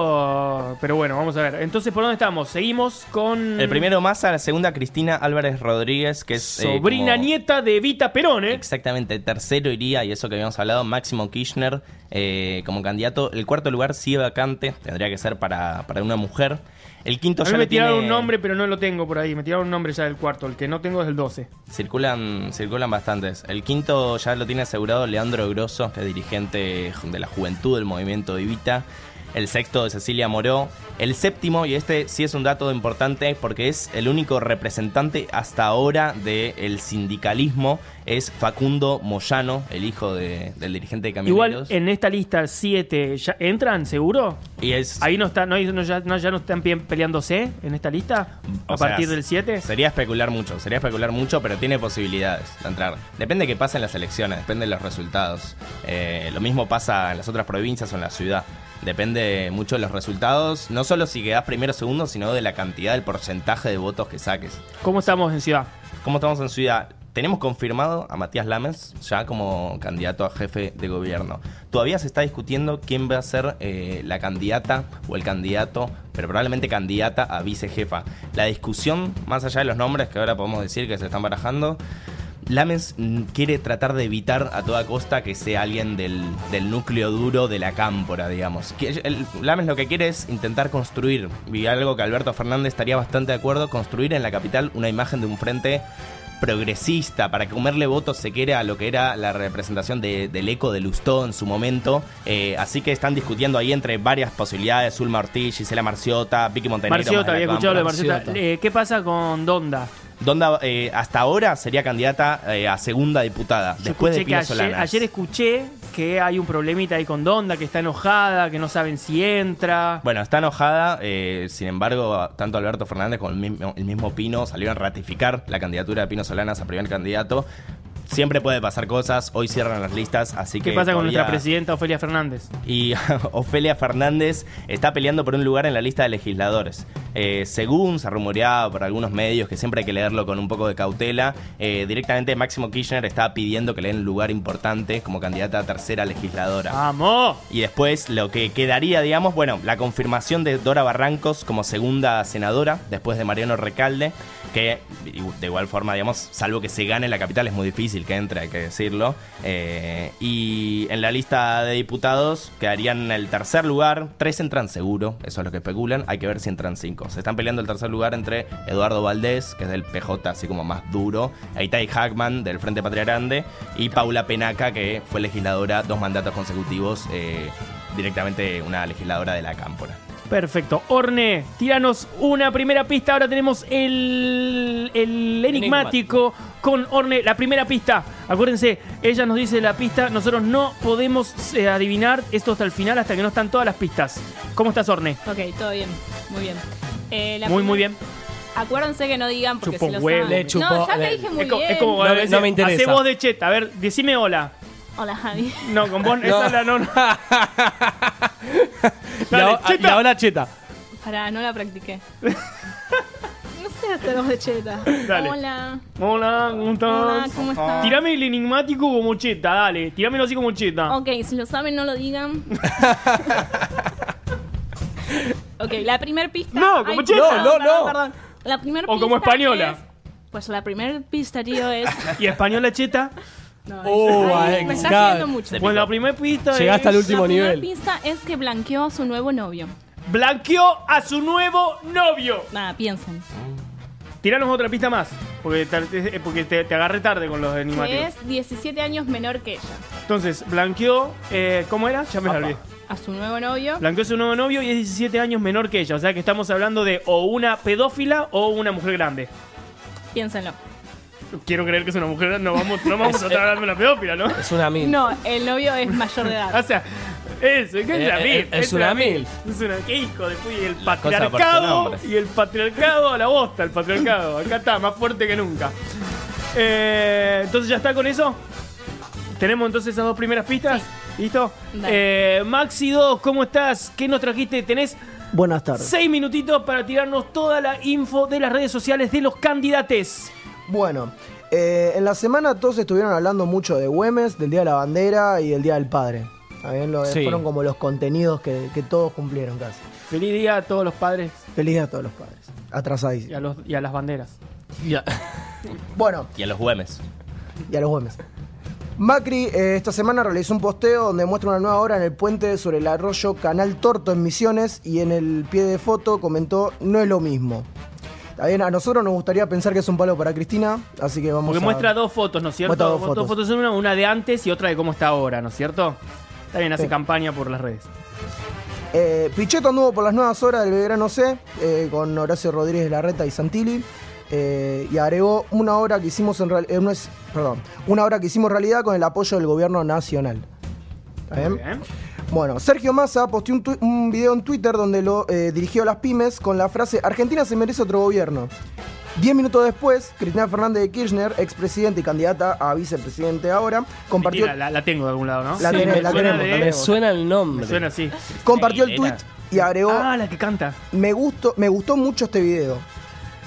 [SPEAKER 3] pero pero bueno, vamos a ver. Entonces, ¿por dónde estamos? Seguimos con
[SPEAKER 10] El primero eh, Massa, la segunda Cristina Álvarez Rodríguez, que es. eh,
[SPEAKER 3] sobrina
[SPEAKER 10] como-
[SPEAKER 3] nieta de Evita Perón, ¿eh?
[SPEAKER 10] Exactamente, tercero iría, y eso que habíamos hablado, Máximo Kirchner eh, como candidato. El cuarto lugar sigue vacante, tendría que ser para, para una mujer. El quinto
[SPEAKER 3] A mí
[SPEAKER 10] ya
[SPEAKER 3] me
[SPEAKER 10] lo tiene-
[SPEAKER 3] tiraron un nombre, pero no lo tengo por ahí. Me tiraron un nombre ya del cuarto. El que no tengo es el 12.
[SPEAKER 10] Circulan, circulan bastantes. El quinto ya lo tiene asegurado Leandro Grosso, que es dirigente de la juventud del movimiento Evita. El sexto de Cecilia Moró. El séptimo, y este sí es un dato importante porque es el único representante hasta ahora del sindicalismo, es Facundo Moyano, el hijo de- del dirigente de
[SPEAKER 3] Igual
[SPEAKER 10] Camioneros.
[SPEAKER 3] en esta lista 7 ya entran, seguro.
[SPEAKER 10] y es,
[SPEAKER 3] Ahí no está, no, hay- no- ya, no- ya no están pe- peleándose en esta lista a
[SPEAKER 10] Mm, o sea,
[SPEAKER 3] partir del 7.
[SPEAKER 10] Sería especular mucho, sería especular mucho, pero tiene posibilidades de entrar. Depende de qué pasa en las elecciones, depende de los resultados. Eh, lo mismo pasa en las otras provincias o en la ciudad. Depende mucho de los resultados, no solo si quedás primero o segundo, sino de la cantidad, del porcentaje de votos que saques.
[SPEAKER 3] ¿Cómo estamos en ciudad?
[SPEAKER 10] ¿Cómo estamos en ciudad? Tenemos confirmado a Matías Lames ya como candidato a jefe de gobierno. Todavía se está discutiendo quién va a ser eh, la candidata o el candidato, pero probablemente candidata a vicejefa. La discusión, más allá de los nombres que ahora podemos decir que se están barajando, Lames mm, quiere tratar de evitar a toda costa que sea alguien del, del núcleo duro de la cámpora, digamos. Que el- Lames lo que quiere es intentar construir, y algo que Alberto Fernández estaría bastante de acuerdo, construir en la capital una imagen de un frente progresista, para comerle votos se quiere a lo que era la representación de- del eco de Lustó en su momento. Eh, así que están discutiendo ahí entre varias posibilidades, Zulma Ortiz, Gisela Marciota, Vicky Montenegro. más
[SPEAKER 3] Marciota,
[SPEAKER 10] de la
[SPEAKER 3] había escuchado lo de
[SPEAKER 10] cámpora.
[SPEAKER 3] Marciota. Eh, ¿Qué pasa con Donda?
[SPEAKER 10] Donda eh, hasta ahora sería candidata eh, a segunda diputada, después
[SPEAKER 3] Escuché
[SPEAKER 10] de
[SPEAKER 3] que
[SPEAKER 10] Pino
[SPEAKER 3] ayer,
[SPEAKER 10] Solanas.
[SPEAKER 3] ayer escuché que hay un problemita ahí con Donda, que está enojada, que no saben si entra.
[SPEAKER 10] Bueno, está enojada, eh, sin embargo, tanto Alberto Fernández como el mismo, el mismo Pino salieron a ratificar la candidatura de Pino Solanas a primer candidato. Siempre puede pasar cosas, hoy cierran las listas, así
[SPEAKER 3] ¿Qué
[SPEAKER 10] que...
[SPEAKER 3] pasa con nuestra
[SPEAKER 10] todavía-
[SPEAKER 3] presidenta Ofelia Fernández?
[SPEAKER 10] y <laughs> Ofelia Fernández está peleando por un lugar en la lista de legisladores. Eh, según se rumoreaba por algunos medios, que siempre hay que leerlo con un poco de cautela, eh, directamente Máximo Kirchner está pidiendo que le den un lugar importante como candidata a tercera legisladora.
[SPEAKER 3] ¡Vamos!
[SPEAKER 10] Y después lo que quedaría, digamos, bueno, la confirmación de Dora Barrancos como segunda senadora, después de Mariano Recalde, que igu- de igual forma, digamos, salvo que se gane la capital, es muy difícil que entre, hay que decirlo. Eh, y en la lista de diputados quedarían en el tercer lugar, tres entran seguro, eso es lo que especulan, hay que ver si entran cinco. Se están peleando el tercer lugar entre Eduardo Valdés, que es del PJ, así como más duro, Aitai Hackman, del Frente Patria Grande, y Paula Penaca, que fue legisladora dos mandatos consecutivos, eh, directamente una legisladora de la Cámpora.
[SPEAKER 3] Perfecto. Orne, tiranos una primera pista. Ahora tenemos el, el enigmático con Orne. La primera pista. Acuérdense, ella nos dice la pista. Nosotros no podemos eh, adivinar esto hasta el final, hasta que no están todas las pistas. ¿Cómo estás, Orne?
[SPEAKER 11] Ok, todo bien. Muy bien. Eh, la
[SPEAKER 3] Muy,
[SPEAKER 11] primera-
[SPEAKER 3] muy bien.
[SPEAKER 11] Acuérdense que no digan porque
[SPEAKER 3] Chupó
[SPEAKER 11] si lo
[SPEAKER 3] huevo.
[SPEAKER 11] saben.
[SPEAKER 3] Le
[SPEAKER 11] no,
[SPEAKER 3] chupó-
[SPEAKER 11] ya te
[SPEAKER 3] le-
[SPEAKER 11] dije muy
[SPEAKER 3] es co-
[SPEAKER 11] bien.
[SPEAKER 3] es como
[SPEAKER 6] No
[SPEAKER 3] a
[SPEAKER 6] me-
[SPEAKER 3] veces,
[SPEAKER 6] no me interesa.
[SPEAKER 3] Hacé voz de cheta. A ver, decime hola.
[SPEAKER 11] Hola, Javi.
[SPEAKER 3] No, con vos, esa
[SPEAKER 6] <laughs> No.
[SPEAKER 3] es la no. no.
[SPEAKER 6] la,
[SPEAKER 3] cheta.
[SPEAKER 6] la ola cheta.
[SPEAKER 11] Pará, no la
[SPEAKER 3] <laughs>
[SPEAKER 11] practiqué. no sé hacer voz de cheta.
[SPEAKER 3] Dale.
[SPEAKER 11] Hola.
[SPEAKER 3] Hola, ¿cómo estás?
[SPEAKER 11] Hola, ¿cómo estás?
[SPEAKER 3] Tirame el enigmático como cheta,
[SPEAKER 6] Ah.
[SPEAKER 3] dale. Tirámelo así como cheta.
[SPEAKER 6] <laughs>
[SPEAKER 11] Ok, si lo saben, no lo digan. Ok, la primer pista.
[SPEAKER 3] No, como cheta.
[SPEAKER 11] perdón,
[SPEAKER 3] No, no,
[SPEAKER 11] perdón,
[SPEAKER 3] no.
[SPEAKER 11] perdón. La primer
[SPEAKER 3] O como
[SPEAKER 11] pista
[SPEAKER 3] española.
[SPEAKER 11] es- pues la primer pista, tío, es.
[SPEAKER 3] ¿Y española cheta?
[SPEAKER 11] No,
[SPEAKER 6] Oh,
[SPEAKER 11] ay,
[SPEAKER 6] ay,
[SPEAKER 11] me está
[SPEAKER 6] cada-
[SPEAKER 11] haciendo mucho.
[SPEAKER 3] Pues la primera pista
[SPEAKER 6] Llegaste
[SPEAKER 3] es-
[SPEAKER 6] al último
[SPEAKER 11] la
[SPEAKER 6] nivel.
[SPEAKER 11] primera pista es que blanqueó a su nuevo novio.
[SPEAKER 3] Blanqueó a su nuevo novio. Mm,
[SPEAKER 11] Nada, piensen.
[SPEAKER 3] Tiranos otra pista más, porque, tar- eh, porque te, te agarré tarde con los
[SPEAKER 11] Que
[SPEAKER 3] animales.
[SPEAKER 11] es 17 años menor que ella.
[SPEAKER 3] Entonces, blanqueó, eh, ¿cómo era? Ya me la olvidé.
[SPEAKER 11] A su nuevo novio.
[SPEAKER 3] Blanqueó a su nuevo novio y es 17 años menor que ella. O sea que estamos hablando de o una pedófila o una mujer grande.
[SPEAKER 11] Piénsenlo.
[SPEAKER 3] Quiero creer que es una mujer, no vamos, no vamos a tratar de hablar de una pedófila, ¿no?
[SPEAKER 6] eh, Es una mil.
[SPEAKER 11] No, el novio es mayor de
[SPEAKER 3] <laughs>
[SPEAKER 11] edad.
[SPEAKER 3] O sea, eso, es que es
[SPEAKER 6] Eh,
[SPEAKER 3] la
[SPEAKER 6] eh,
[SPEAKER 3] mil.
[SPEAKER 6] es una mil.
[SPEAKER 3] Es una, ¿Qué hijo de puta? Y el
[SPEAKER 6] por su
[SPEAKER 3] patriarcado.
[SPEAKER 6] nombre.
[SPEAKER 3] Y el patriarcado a la bosta, el patriarcado. Acá está, más fuerte que nunca. Eh, entonces, ¿ya está con eso? Tenemos entonces esas dos primeras pistas. ¿Listo? Eh, Maxi 2, ¿cómo estás? ¿Qué nos trajiste? Tenés
[SPEAKER 12] Buenas tardes.
[SPEAKER 3] seis minutitos para tirarnos toda la info de las redes sociales de los candidates.
[SPEAKER 12] Bueno, eh, en la semana todos estuvieron hablando mucho de Güemes, del Día de la Bandera y del Día del Padre. También lo-
[SPEAKER 3] Sí.
[SPEAKER 12] Fueron como los contenidos que, que todos cumplieron casi.
[SPEAKER 3] Feliz día a todos los padres
[SPEAKER 12] Feliz día a todos los padres. Atrasadísimo.
[SPEAKER 3] y a, los, y a las banderas.
[SPEAKER 12] Bueno,
[SPEAKER 10] Y a los Güemes.
[SPEAKER 12] y a los Güemes. Macri eh, esta semana realizó un posteo donde muestra una nueva obra en el puente sobre el arroyo Canal Torto en Misiones y en el pie de foto comentó no es lo mismo. También a nosotros nos gustaría pensar que es un palo para Cristina, así que vamos
[SPEAKER 3] Porque
[SPEAKER 12] a...
[SPEAKER 3] muestra dos fotos, ¿no es cierto?
[SPEAKER 12] Muestra dos
[SPEAKER 3] Dos
[SPEAKER 12] fotos.
[SPEAKER 3] fotos en una, una de antes y otra de cómo está ahora, ¿no es cierto? También hace
[SPEAKER 12] Sí.
[SPEAKER 3] campaña por las redes.
[SPEAKER 12] Eh, Pichetto anduvo por las nuevas horas del Belgrano C eh, con Horacio Rodríguez de la Reta y Santilli eh, y agregó una obra que hicimos en real- eh, no es- perdón, una obra que hicimos realidad con el apoyo del gobierno nacional. ¿Está bien? Bueno, Sergio Massa posteó un, tu- un video en Twitter donde lo eh, dirigió a las pymes con la frase Argentina se merece otro gobierno. Diez minutos después, Cristina Fernández de Kirchner, expresidente y candidata a vicepresidente ahora, compartió...
[SPEAKER 3] Mentira, la, la tengo de algún lado, ¿no?
[SPEAKER 12] La tenés,
[SPEAKER 3] me
[SPEAKER 12] la
[SPEAKER 3] suena
[SPEAKER 12] tenemos,
[SPEAKER 3] de-
[SPEAKER 12] la tenemos. Me suena
[SPEAKER 6] el nombre.
[SPEAKER 3] Me suena así.
[SPEAKER 12] Compartió el tweet y agregó.
[SPEAKER 3] Ah, la que canta.
[SPEAKER 12] Me gustó, me gustó mucho este video. eh,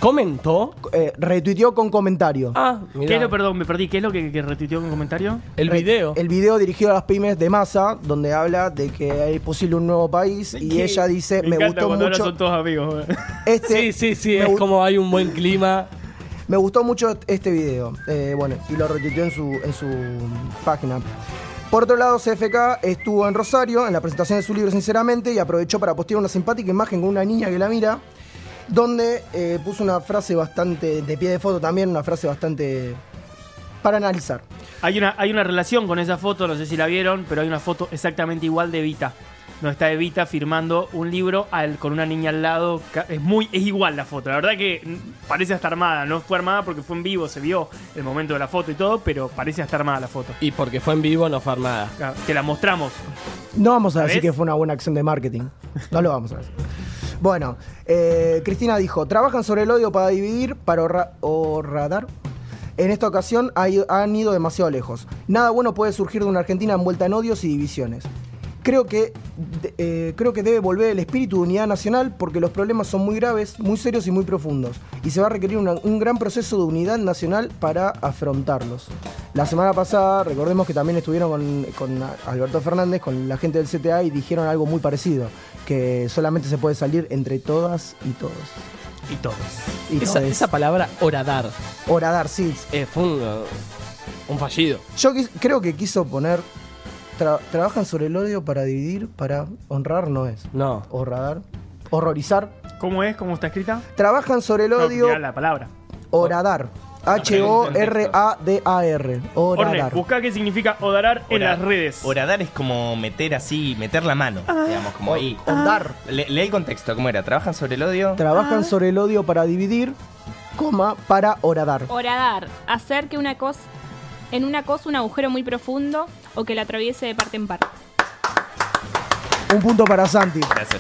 [SPEAKER 6] ¿Comentó?
[SPEAKER 12] retuiteó con comentario.
[SPEAKER 3] Ah, ¿Qué es lo, perdón, me perdí. ¿Qué es lo que, que retuiteó con comentario?
[SPEAKER 6] El video.
[SPEAKER 12] El video dirigido a las pymes de masa, donde habla de que es posible un nuevo país. Y
[SPEAKER 3] ¿Qué?
[SPEAKER 12] ella dice, me,
[SPEAKER 3] encanta
[SPEAKER 12] gustó
[SPEAKER 3] cuando ahora
[SPEAKER 12] mucho.
[SPEAKER 3] son todos amigos.
[SPEAKER 12] <laughs> Este,
[SPEAKER 6] Sí, sí, sí, es como hay un buen clima.
[SPEAKER 12] me gustó mucho este video. Eh, bueno, y lo retuiteó en su, en su página. Por otro lado, CFK estuvo en Rosario en la presentación de su libro Sinceramente y aprovechó para postear una simpática imagen con una niña que la mira, donde eh, puso una frase bastante, de pie de foto también, una frase bastante para analizar.
[SPEAKER 3] Hay una, hay una relación con esa foto, no sé si la vieron, pero hay una foto exactamente igual de Evita. No está Evita firmando un libro al- con una niña al lado. ca- Es muy es igual la foto. La verdad que mm, parece hasta armada. No fue armada porque fue en vivo, se vio el momento de la foto y todo, pero parece hasta armada la foto.
[SPEAKER 6] Y porque fue en vivo, no fue armada.
[SPEAKER 3] Ah, Te la mostramos.
[SPEAKER 12] No vamos a
[SPEAKER 3] ¿La
[SPEAKER 12] decir
[SPEAKER 3] ves?
[SPEAKER 12] que fue una buena acción de marketing. No lo vamos a decir. Bueno, eh, Cristina dijo, trabajan sobre el odio para dividir, para horra- horradar. En esta ocasión ha ido- han ido demasiado lejos. Nada bueno puede surgir de una Argentina envuelta en odios y divisiones. Creo que, de- eh, creo que debe volver el espíritu de unidad nacional porque los problemas son muy graves, muy serios y muy profundos. Y se va a requerir una- un gran proceso de unidad nacional para afrontarlos. La semana pasada, recordemos que también estuvieron con, con Alberto Fernández, con la gente del CTA y dijeron algo muy parecido, que solamente se puede salir entre todas y todos.
[SPEAKER 3] Y todos.
[SPEAKER 12] Y
[SPEAKER 6] esa,
[SPEAKER 12] todes.
[SPEAKER 6] esa palabra horadar
[SPEAKER 12] Horadar, sí.
[SPEAKER 6] eh, fue un, un fallido.
[SPEAKER 12] Yo quis- creo que quiso poner. tra- trabajan sobre el odio para dividir, para honrar, no es.
[SPEAKER 6] No.
[SPEAKER 12] Horradar. Horrorizar.
[SPEAKER 3] ¿Cómo es? ¿Cómo está escrita?
[SPEAKER 12] Trabajan sobre el
[SPEAKER 3] No,
[SPEAKER 12] odio.
[SPEAKER 3] mirá la palabra.
[SPEAKER 12] Horadar. H-O-R-A-D-A-R.
[SPEAKER 3] Orne,
[SPEAKER 12] Horadar.
[SPEAKER 3] busca qué significa odarar en
[SPEAKER 10] Ora-
[SPEAKER 3] las redes.
[SPEAKER 10] Horadar es como meter así, meter la mano,
[SPEAKER 3] Ah.
[SPEAKER 10] digamos, como ahí.
[SPEAKER 12] Hondar.
[SPEAKER 10] Le- lee el contexto, ¿cómo era? ¿Trabajan sobre el odio?
[SPEAKER 3] Ah.
[SPEAKER 12] Trabajan sobre el odio para dividir, coma, para horadar.
[SPEAKER 11] Horadar. Hacer que una cosa. En una cosa un agujero muy profundo o que la atraviese de parte en parte.
[SPEAKER 12] Un punto para Santi.
[SPEAKER 10] Gracias.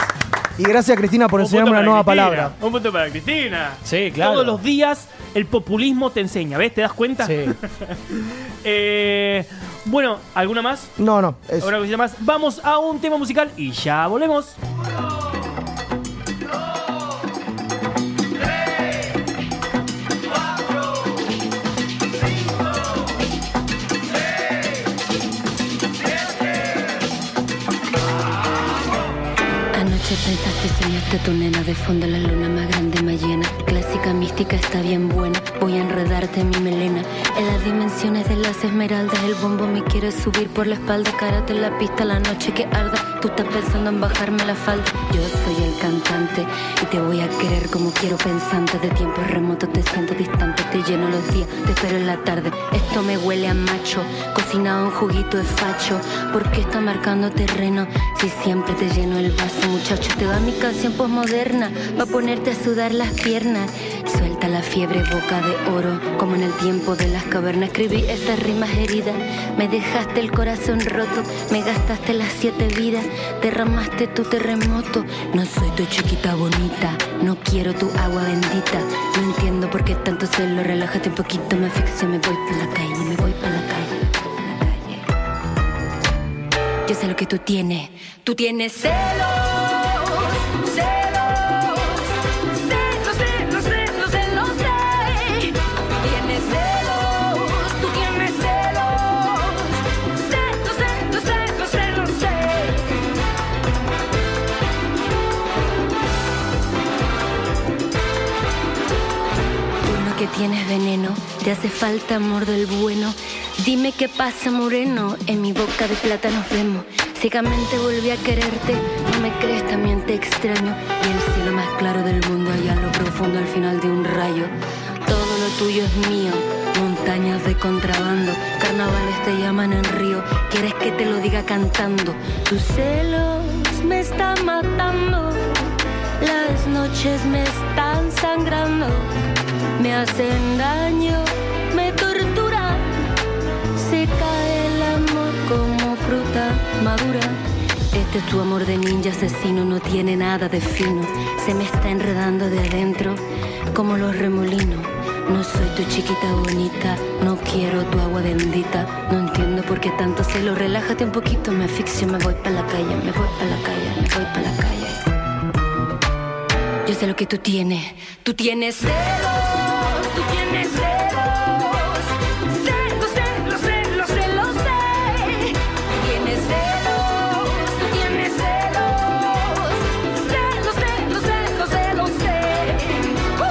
[SPEAKER 12] Y gracias, Cristina, por
[SPEAKER 3] Oh. Un
[SPEAKER 12] enseñarme una
[SPEAKER 3] punto
[SPEAKER 12] nueva
[SPEAKER 3] para Cristina,
[SPEAKER 12] palabra.
[SPEAKER 3] Un punto para Cristina.
[SPEAKER 6] Sí, claro.
[SPEAKER 3] Todos los días el populismo te enseña, ¿ves? ¿Te das cuenta?
[SPEAKER 6] Sí.
[SPEAKER 3] <laughs> Eh, bueno, ¿alguna más?
[SPEAKER 12] No, no. es-
[SPEAKER 3] ¿Alguna cosita más? Vamos a un tema musical y ya volvemos.
[SPEAKER 13] Anoche noche pensaste y soñaste a tu nena De fondo la luna más grande más llena Clásica mística está bien buena Voy a enredarte en mi melena En las dimensiones de las esmeraldas El bombo me quiere subir por la espalda Cárate en la pista la noche que arda Tú estás pensando en bajarme la falda Yo soy el cantante Y te voy a querer como quiero pensante De tiempo remoto te siento distante Te lleno los días, te espero en la tarde Esto me huele a macho Cocinado en juguito de facho Porque está marcando terreno Si siempre te lleno el vaso Muchacho, te va mi canción posmoderna Va a ponerte a sudar las piernas Suelta la fiebre, boca de oro Como en el tiempo de las cavernas Escribí estas rimas heridas Me dejaste el corazón roto Me gastaste las siete vidas Derramaste tu terremoto No soy tu chiquita bonita No quiero tu agua bendita No entiendo por qué tanto celo Relájate un poquito, me asfixio Me voy pa' la calle, me voy pa' la calle yo sé lo que tú tienes. Tú tienes celos, celos, celos, celos, celos, celos, celos. Tienes celos, tú tienes celos, celos, celos, celos, celos, celos. Uno que tienes veneno, te hace falta amor del bueno. Dime qué pasa, moreno, en mi boca de plata nos vemos. Ciegamente volví a quererte, no me crees, también te extraño. Y el cielo más claro del mundo, allá en lo profundo, al final de un rayo. Todo lo tuyo es mío, montañas de contrabando, carnavales te llaman en río. Quieres que te lo diga cantando. Tus celos me están matando, las noches me están sangrando, me hacen daño, me torturan. Se cae el amor como fruta madura. Este es tu amor de ninja asesino, no tiene nada de fino. Se me está enredando de adentro como los remolinos. No soy tu chiquita bonita, no quiero tu agua bendita. No entiendo por qué tanto celo. Relájate un poquito, me asfixio, me voy pa' la calle, me voy pa' la calle, me voy pa' la calle. Yo sé lo que tú tienes, tú tienes celos, tú tienes celos. Celos, celos, celos, celos, celos. Tienes celos, tú tienes celos. Celos, celos, celos, celos, celos. Uh.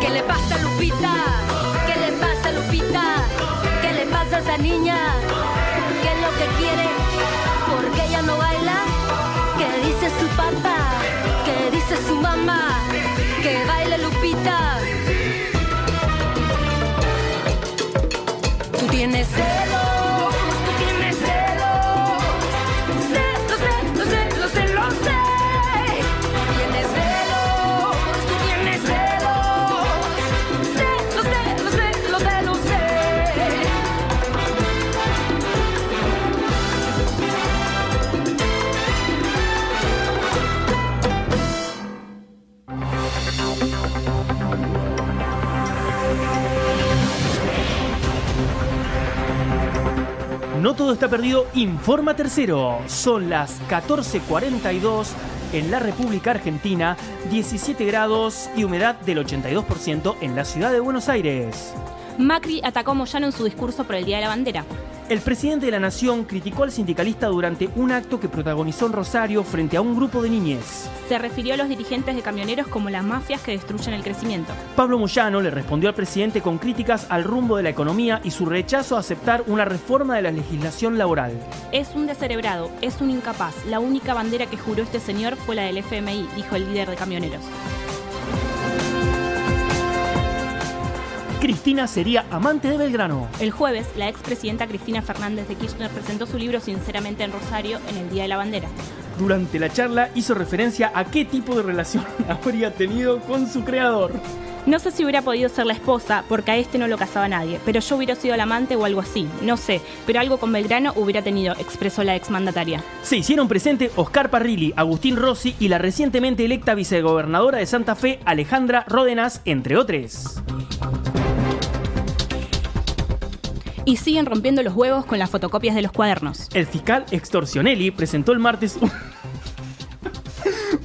[SPEAKER 13] ¿Qué le pasa a Lupita? ¿Qué le pasa a Lupita? ¿Qué le pasa a esa niña? ¿Qué es lo que quiere? ¿Por qué ella no baila? ¿Qué dice su papá? ¿Qué dice su mamá? Que baile Lupita. Tú tienes celos, oh, tú tienes celos. Celos, celos, celos, celos, celos. Tienes celos, tú tienes celos. Celos, celos, celos, celos, celos.
[SPEAKER 3] No todo está perdido, informa tercero. Son las 14:42 en la República Argentina, 17 grados y humedad del 82% en la ciudad de Buenos Aires.
[SPEAKER 11] Macri atacó a Moyano en su discurso por el Día de la Bandera.
[SPEAKER 3] El presidente de la Nación criticó al sindicalista durante un acto que protagonizó en Rosario frente a un grupo de niñez.
[SPEAKER 11] Se refirió a los dirigentes de camioneros como las mafias que destruyen el crecimiento.
[SPEAKER 3] Pablo Moyano le respondió al presidente con críticas al rumbo de la economía y su rechazo a aceptar una reforma de la legislación laboral.
[SPEAKER 11] Es un descerebrado, es un incapaz. La única bandera que juró este señor fue la del FMI, dijo el líder de camioneros.
[SPEAKER 3] Cristina sería amante de Belgrano.
[SPEAKER 11] El jueves, la expresidenta Cristina Fernández de Kirchner presentó su libro Sinceramente en Rosario en el Día de la Bandera.
[SPEAKER 3] Durante la charla hizo referencia a qué tipo de relación <laughs> habría tenido con su creador.
[SPEAKER 11] No sé si hubiera podido ser la esposa, porque a este no lo casaba nadie, pero yo hubiera sido la amante o algo así, no sé, pero algo con Belgrano hubiera tenido, expresó la exmandataria.
[SPEAKER 3] Se hicieron presente Oscar Parrilli, Agustín Rossi y la recientemente electa vicegobernadora de Santa Fe, Alejandra Ródenas, entre otros.
[SPEAKER 11] Y siguen rompiendo los huevos con las fotocopias de los cuadernos.
[SPEAKER 3] El fiscal extorsionelli presentó el martes un-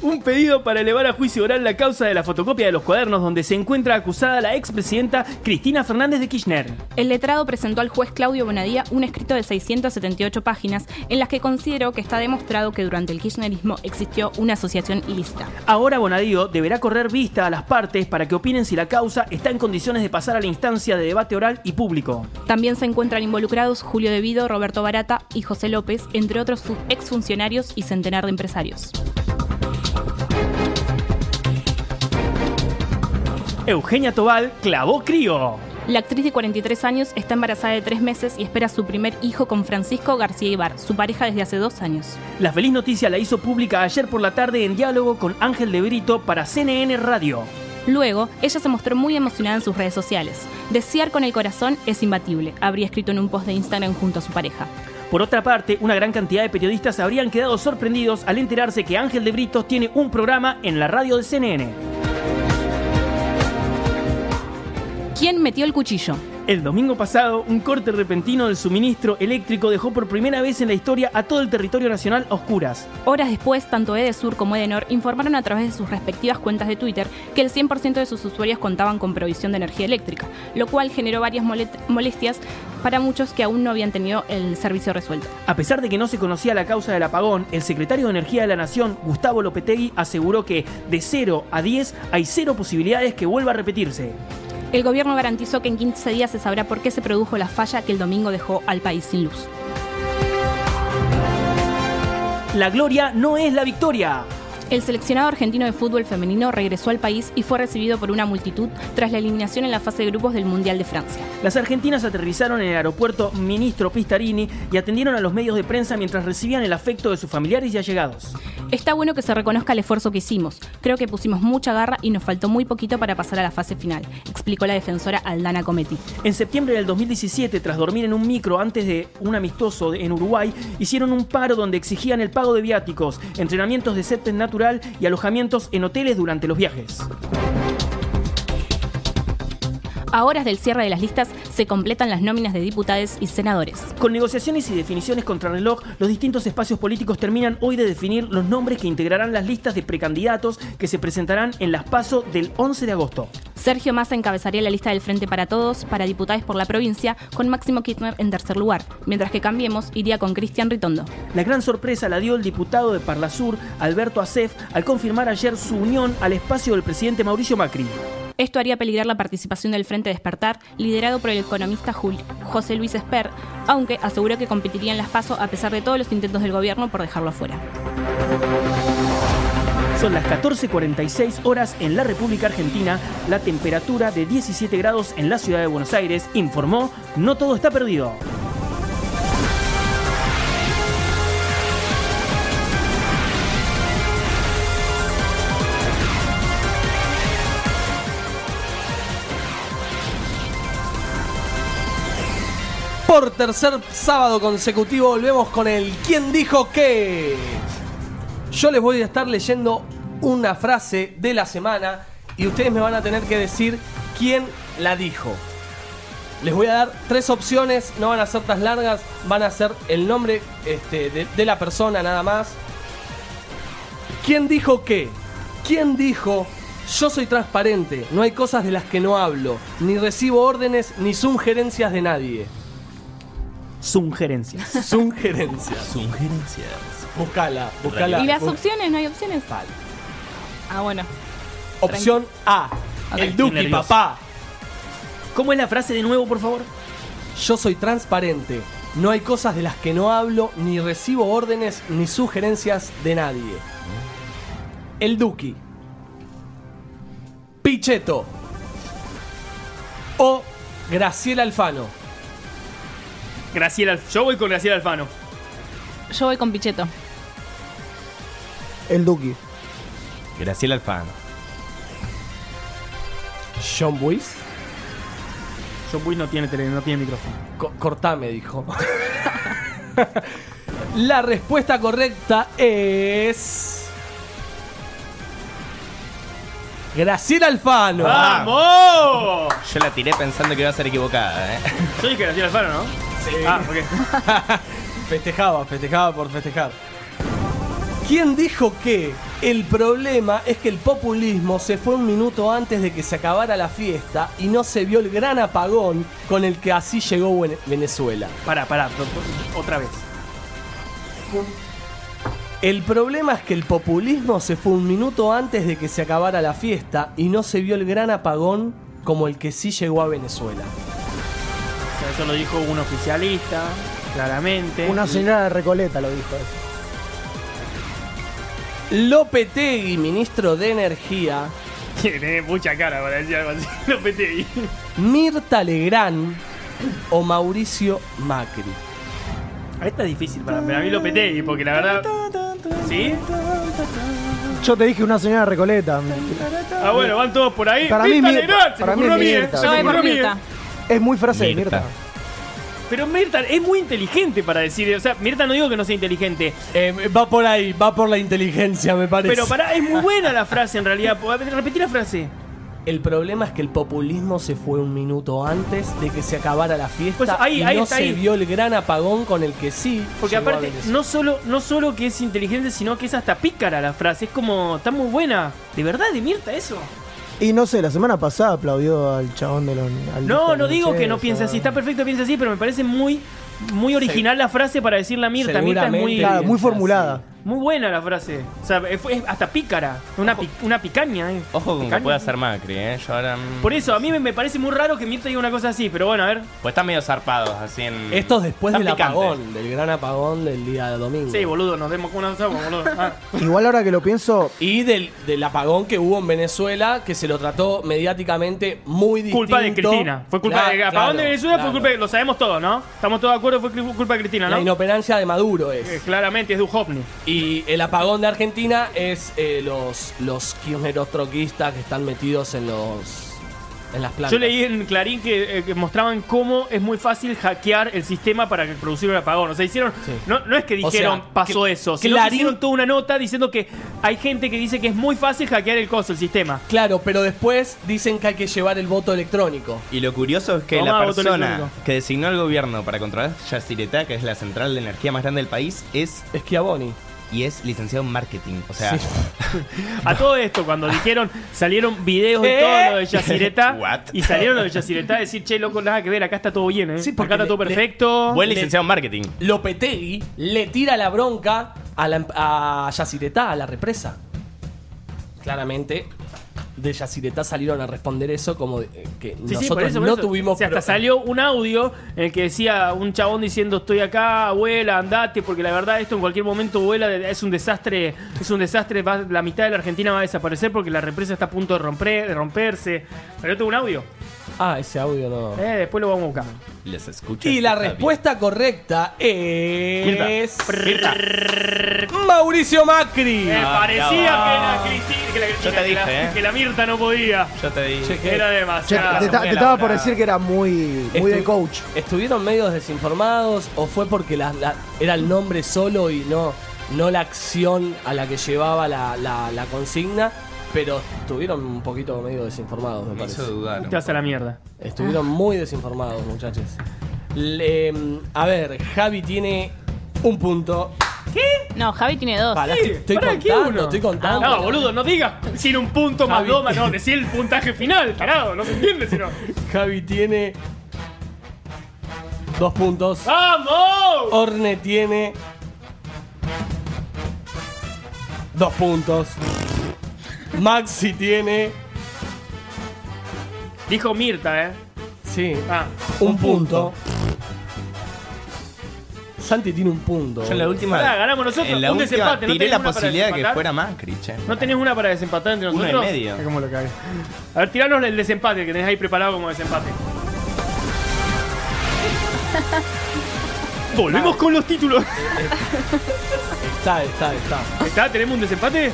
[SPEAKER 3] Un pedido para elevar a juicio oral la causa de la fotocopia de los cuadernos donde se encuentra acusada la expresidenta Cristina Fernández de Kirchner.
[SPEAKER 11] El letrado presentó al juez Claudio Bonadía un escrito de 678 páginas en las que consideró que está demostrado que durante el kirchnerismo existió una asociación ilícita.
[SPEAKER 3] Ahora Bonadío deberá correr vista a las partes para que opinen si la causa está en condiciones de pasar a la instancia de debate oral y público.
[SPEAKER 11] También se encuentran involucrados Julio Devido, Roberto Barata y José López, entre otros fu- exfuncionarios y centenar de empresarios.
[SPEAKER 3] Eugenia Tobal clavó crío.
[SPEAKER 11] La actriz de 43 años está embarazada de tres meses y espera su primer hijo con Francisco García Ibar, su pareja desde hace dos años.
[SPEAKER 3] La feliz noticia la hizo pública ayer por la tarde en diálogo con Ángel de Brito para CNN Radio.
[SPEAKER 11] Luego, ella se mostró muy emocionada en sus redes sociales. Desear con el corazón es imbatible, habría escrito en un post de Instagram junto a su pareja.
[SPEAKER 3] Por otra parte, una gran cantidad de periodistas habrían quedado sorprendidos al enterarse que Ángel de Britos tiene un programa en la radio de CNN.
[SPEAKER 11] ¿Quién metió el cuchillo?
[SPEAKER 3] El domingo pasado, un corte repentino del suministro eléctrico dejó por primera vez en la historia a todo el territorio nacional a oscuras.
[SPEAKER 11] Horas después, tanto Edesur como Edenor informaron a través de sus respectivas cuentas de Twitter que el 100% de sus usuarios contaban con provisión de energía eléctrica, lo cual generó varias molet- molestias para muchos que aún no habían tenido el servicio resuelto.
[SPEAKER 3] A pesar de que no se conocía la causa del apagón, el secretario de Energía de la Nación, Gustavo Lopetegui, aseguró que de 0 a 10 hay cero posibilidades que vuelva a repetirse.
[SPEAKER 11] El gobierno garantizó que en 15 días se sabrá por qué se produjo la falla que el domingo dejó al país sin luz.
[SPEAKER 3] La gloria no es la victoria.
[SPEAKER 11] El seleccionado argentino de fútbol femenino regresó al país y fue recibido por una multitud tras la eliminación en la fase de grupos del Mundial de Francia.
[SPEAKER 3] Las argentinas aterrizaron en el aeropuerto Ministro Pistarini y atendieron a los medios de prensa mientras recibían el afecto de sus familiares y allegados.
[SPEAKER 11] Está bueno que se reconozca el esfuerzo que hicimos. Creo que pusimos mucha garra y nos faltó muy poquito para pasar a la fase final, explicó la defensora Aldana Cometi.
[SPEAKER 3] En septiembre del 2017, tras dormir en un micro antes de un amistoso de- en Uruguay, hicieron un paro donde exigían el pago de viáticos, entrenamientos de septen natural y alojamientos en hoteles durante los viajes.
[SPEAKER 11] A horas del cierre de las listas se completan las nóminas de diputados y senadores.
[SPEAKER 3] Con negociaciones y definiciones contra reloj, los distintos espacios políticos terminan hoy de definir los nombres que integrarán las listas de precandidatos que se presentarán en las PASO del 11 de agosto.
[SPEAKER 11] Sergio Massa encabezaría la lista del Frente para Todos para diputados por la provincia, con Máximo Kirchner en tercer lugar, mientras que Cambiemos iría con Cristian Ritondo.
[SPEAKER 3] La gran sorpresa la dio el diputado de Parlasur, Alberto Acef, al confirmar ayer su unión al espacio del presidente Mauricio Macri.
[SPEAKER 11] Esto haría peligrar la participación del Frente Despertar, liderado por el economista Jul- José Luis Esper, aunque aseguró que competiría en las PASO a pesar de todos los intentos del gobierno por dejarlo afuera.
[SPEAKER 3] Son las 14.46 horas en la República Argentina, la temperatura de 17 grados en la ciudad de Buenos Aires, informó No todo está perdido.
[SPEAKER 6] Por tercer sábado consecutivo volvemos con el ¿Quién dijo qué? Yo les voy a estar leyendo una frase de la semana y ustedes me van a tener que decir quién la dijo. Les voy a dar tres opciones, no van a ser tan largas, van a ser el nombre este, de, de la persona nada más. ¿Quién dijo qué? ¿Quién dijo yo soy transparente, no hay cosas de las que no hablo, ni recibo órdenes ni sugerencias de nadie?
[SPEAKER 3] Sungerencias.
[SPEAKER 6] Sungerencias.
[SPEAKER 10] Sungerencias.
[SPEAKER 6] Buscala, buscala.
[SPEAKER 11] ¿Y las
[SPEAKER 6] Bu-
[SPEAKER 11] opciones? ¿No hay opciones? Ah, bueno.
[SPEAKER 6] Opción A. El Duki,
[SPEAKER 3] nervioso.
[SPEAKER 6] papá.
[SPEAKER 3] ¿Cómo es la frase de nuevo, por favor?
[SPEAKER 6] Yo soy transparente. No hay cosas de las que no hablo, ni recibo órdenes ni sugerencias de nadie. El Duki. Pichetto. O Graciela Alfano.
[SPEAKER 3] Graciela, yo voy con Graciela Alfano.
[SPEAKER 11] Yo voy con Pichetto.
[SPEAKER 12] El Duki.
[SPEAKER 10] Graciela Alfano.
[SPEAKER 6] John Buis.
[SPEAKER 3] John Buis no tiene tele, no tiene micrófono.
[SPEAKER 6] cortame, dijo. <laughs> La respuesta correcta es. Graciela Alfano.
[SPEAKER 3] ¡Vamos!
[SPEAKER 10] Yo la tiré pensando que iba a ser equivocada, ¿eh? <laughs>
[SPEAKER 3] Yo dije Graciela Alfano, ¿no? Sí. Ah, ok.
[SPEAKER 6] Festejaba, festejaba por festejar. ¿Quién dijo que El problema es que el populismo se fue un minuto antes de que se acabara la fiesta y no se vio el gran apagón con el que así llegó Vene- Venezuela.
[SPEAKER 3] Pará, pará, pro- pro- otra vez.
[SPEAKER 6] El problema es que el populismo se fue un minuto antes de que se acabara la fiesta y no se vio el gran apagón como el que sí llegó a Venezuela.
[SPEAKER 3] O sea, eso lo dijo un oficialista, claramente.
[SPEAKER 12] Una señora de Recoleta lo dijo eso.
[SPEAKER 6] Lopetegui, ministro de Energía,
[SPEAKER 3] <laughs> Tiene mucha cara para decir algo así. <laughs> Lo peté
[SPEAKER 6] Mirta Legrand o Mauricio Macri.
[SPEAKER 3] Esta es difícil para, para mí lo peté porque la verdad. ¿Sí?
[SPEAKER 12] Yo te dije una señora de Recoleta.
[SPEAKER 3] Ah, bueno, van todos por ahí.
[SPEAKER 12] Para mí,
[SPEAKER 3] Mirta
[SPEAKER 12] Mirta.
[SPEAKER 3] Legrand, se
[SPEAKER 12] Para
[SPEAKER 3] me
[SPEAKER 12] mí
[SPEAKER 3] ocurrió a mí,
[SPEAKER 12] Mirta.
[SPEAKER 3] eh, se me
[SPEAKER 12] Yo voy por
[SPEAKER 3] ocurrió a mí, eh.
[SPEAKER 12] Es muy frase de
[SPEAKER 3] Mirta.
[SPEAKER 12] Mirta.
[SPEAKER 3] Pero Mirta es muy inteligente para decir. O sea, Mirta no digo que no sea inteligente.
[SPEAKER 6] Eh, va por ahí, va por la inteligencia, me parece.
[SPEAKER 3] Pero pará, es muy buena la frase en realidad. Repetí la frase.
[SPEAKER 6] El problema es que el populismo se fue un minuto antes de que se acabara la fiesta
[SPEAKER 3] Pues ahí-
[SPEAKER 6] y
[SPEAKER 3] ahí
[SPEAKER 6] no
[SPEAKER 3] está
[SPEAKER 6] se
[SPEAKER 3] ahí.
[SPEAKER 6] vio el gran apagón con el que sí.
[SPEAKER 3] Porque
[SPEAKER 6] llegó a
[SPEAKER 3] aparte,
[SPEAKER 6] Venezuela.
[SPEAKER 3] no solo, no solo que es inteligente, sino que es hasta pícara la frase. Es como, está muy buena. ¿De verdad, de Mirta eso?
[SPEAKER 12] Y no sé, la semana pasada aplaudió al chabón de los. al-
[SPEAKER 3] No,
[SPEAKER 12] al
[SPEAKER 3] no digo que no
[SPEAKER 12] Nocheza.
[SPEAKER 3] piense así. Está perfecto, piense así, pero me parece muy, muy original la frase para decirle a Mirta. Mirta es muy,
[SPEAKER 12] Claro, muy formulada.
[SPEAKER 3] muy buena la frase. O sea, es, es hasta pícara. Una, pi- una picaña, ¿eh?
[SPEAKER 10] Ojo con que
[SPEAKER 3] Picaña.
[SPEAKER 10] puede hacer Macri, ¿eh? Yo ahora. mm,
[SPEAKER 3] Por eso, a mí me, me parece muy raro que Mirta diga una cosa así, pero bueno, a ver.
[SPEAKER 10] Pues están medio zarpados, así
[SPEAKER 3] mm,
[SPEAKER 10] en.
[SPEAKER 6] Estos después
[SPEAKER 10] Están
[SPEAKER 6] del
[SPEAKER 10] picantes.
[SPEAKER 6] apagón, del gran apagón del día de domingo.
[SPEAKER 3] Sí, boludo, nos demos una somos, boludo. Ah.
[SPEAKER 12] Igual ahora que lo pienso,
[SPEAKER 6] Y del, del apagón que hubo en Venezuela, que se lo trató mediáticamente muy distinto.
[SPEAKER 3] Culpa de Cristina. Fue culpa
[SPEAKER 6] Claro,
[SPEAKER 3] de apagón de
[SPEAKER 6] claro,
[SPEAKER 3] Venezuela,
[SPEAKER 6] claro.
[SPEAKER 3] fue culpa de, lo sabemos todos, ¿no? <laughs> Estamos todos de acuerdo, fue cri- culpa de Cristina, ¿no?
[SPEAKER 6] La inoperancia de Maduro es.
[SPEAKER 3] Eh, claramente es Duhovny.
[SPEAKER 6] Y el apagón de Argentina es eh, los, los kirchneros troquistas que están metidos en los en las plantas.
[SPEAKER 3] Yo leí en Clarín que, eh, que mostraban cómo es muy fácil hackear el sistema para que- producir un apagón. O sea, hicieron. No, no es que
[SPEAKER 6] O
[SPEAKER 3] dijeron
[SPEAKER 6] sea,
[SPEAKER 3] pasó
[SPEAKER 6] que-
[SPEAKER 3] eso, sino
[SPEAKER 6] Clarín-
[SPEAKER 3] que hicieron toda una nota diciendo que hay gente que dice que es muy fácil hackear el coso, el sistema.
[SPEAKER 6] Claro, pero después dicen que hay que llevar el voto electrónico.
[SPEAKER 10] Y lo curioso es que
[SPEAKER 6] Tomá,
[SPEAKER 10] la
[SPEAKER 6] botón
[SPEAKER 10] persona
[SPEAKER 6] electrónico.
[SPEAKER 10] que designó el gobierno para controlar Yacyretá, que es la central de energía más grande del país, es.
[SPEAKER 6] Schiavoni.
[SPEAKER 10] Y es licenciado en marketing. O sea.
[SPEAKER 3] A todo esto, cuando dijeron, salieron videos de
[SPEAKER 10] ¿Eh?
[SPEAKER 3] todo lo de Yacireta.
[SPEAKER 10] What?
[SPEAKER 3] y salieron lo de Yacireta a decir, che, loco, nada que ver, acá está todo bien, ¿eh? acá está todo
[SPEAKER 6] le-
[SPEAKER 3] perfecto.
[SPEAKER 10] <laughs> Buen licenciado en marketing.
[SPEAKER 6] Lopetegui le tira la bronca a, la, em-, a Yacyretá, a la represa. Claramente, de Yacyretá salieron a responder eso como eh, que
[SPEAKER 3] Sí,
[SPEAKER 6] nosotros
[SPEAKER 3] sí, por eso, por
[SPEAKER 6] no
[SPEAKER 3] eso.
[SPEAKER 6] tuvimos...
[SPEAKER 3] O sea, hasta
[SPEAKER 6] pro-
[SPEAKER 3] salió un audio en el que decía un chabón diciendo estoy acá, abuela, andate, porque la verdad esto en cualquier momento vuela, es un desastre, es un desastre, va- la mitad de la Argentina va a desaparecer porque la represa está a punto de romper, de romperse. Pero yo tengo un audio.
[SPEAKER 6] Ah, ese audio no...
[SPEAKER 3] Eh, después lo vamos a buscar.
[SPEAKER 10] Les escucho.
[SPEAKER 6] Y la respuesta correcta es... Mauricio Macri.
[SPEAKER 10] Ah,
[SPEAKER 3] Me
[SPEAKER 12] Ah,
[SPEAKER 3] parecía que la Cristina, que la, Cristina,
[SPEAKER 10] te
[SPEAKER 3] que la-
[SPEAKER 10] dije, eh.
[SPEAKER 3] que la Mirta no podía.
[SPEAKER 10] Yo te dije.
[SPEAKER 3] Era
[SPEAKER 12] Che,
[SPEAKER 3] demasiado.
[SPEAKER 12] te, ta- te estaba por decir que era muy, muy de
[SPEAKER 6] Estu-
[SPEAKER 12] coach.
[SPEAKER 6] ¿Estuvieron medios desinformados o fue porque la- la- era el nombre solo y no, no la acción a la que llevaba la, la- la consigna? Pero estuvieron un poquito medio desinformados, me, parece.
[SPEAKER 3] Te vas a la mierda. Ah.
[SPEAKER 6] Estuvieron muy desinformados, muchachos. Le- em, a ver, Javi tiene un punto.
[SPEAKER 11] ¿Qué? No, Javi tiene dos.
[SPEAKER 6] Pará, estoy- estoy
[SPEAKER 11] pará, ¿qué
[SPEAKER 6] contando,
[SPEAKER 11] uno?
[SPEAKER 6] estoy contando.
[SPEAKER 3] No, boludo, no digas sin un punto más
[SPEAKER 6] Javi.
[SPEAKER 3] dos más no, decir el puntaje final, tarado, no se entiende si no.
[SPEAKER 6] Javi tiene dos puntos.
[SPEAKER 3] ¡Vamos!
[SPEAKER 6] Orne tiene dos puntos. Maxi tiene
[SPEAKER 3] Dijo Mirta, ¿eh?
[SPEAKER 6] sí,
[SPEAKER 3] Ah,
[SPEAKER 6] un punto. Santi tiene un punto.
[SPEAKER 10] Yo en la última.
[SPEAKER 3] Pará, ganamos nosotros,
[SPEAKER 10] En la
[SPEAKER 3] un
[SPEAKER 10] última
[SPEAKER 3] desempate, ¿no
[SPEAKER 10] tiré
[SPEAKER 3] tenés
[SPEAKER 10] la
[SPEAKER 3] una para
[SPEAKER 10] posibilidad de que
[SPEAKER 3] desempatar?
[SPEAKER 10] fuera Macri, che.
[SPEAKER 3] ¿no tenés una para desempatar entre
[SPEAKER 10] Uno
[SPEAKER 3] nosotros?
[SPEAKER 10] y medio.
[SPEAKER 3] Mirá cómo lo cagué. A ver, tiranos el desempate que tenés ahí preparado como desempate.
[SPEAKER 8] <laughs>
[SPEAKER 3] Volvemos con los títulos.
[SPEAKER 6] Está, está, está.
[SPEAKER 3] ¿Está? ¿Tenemos un desempate?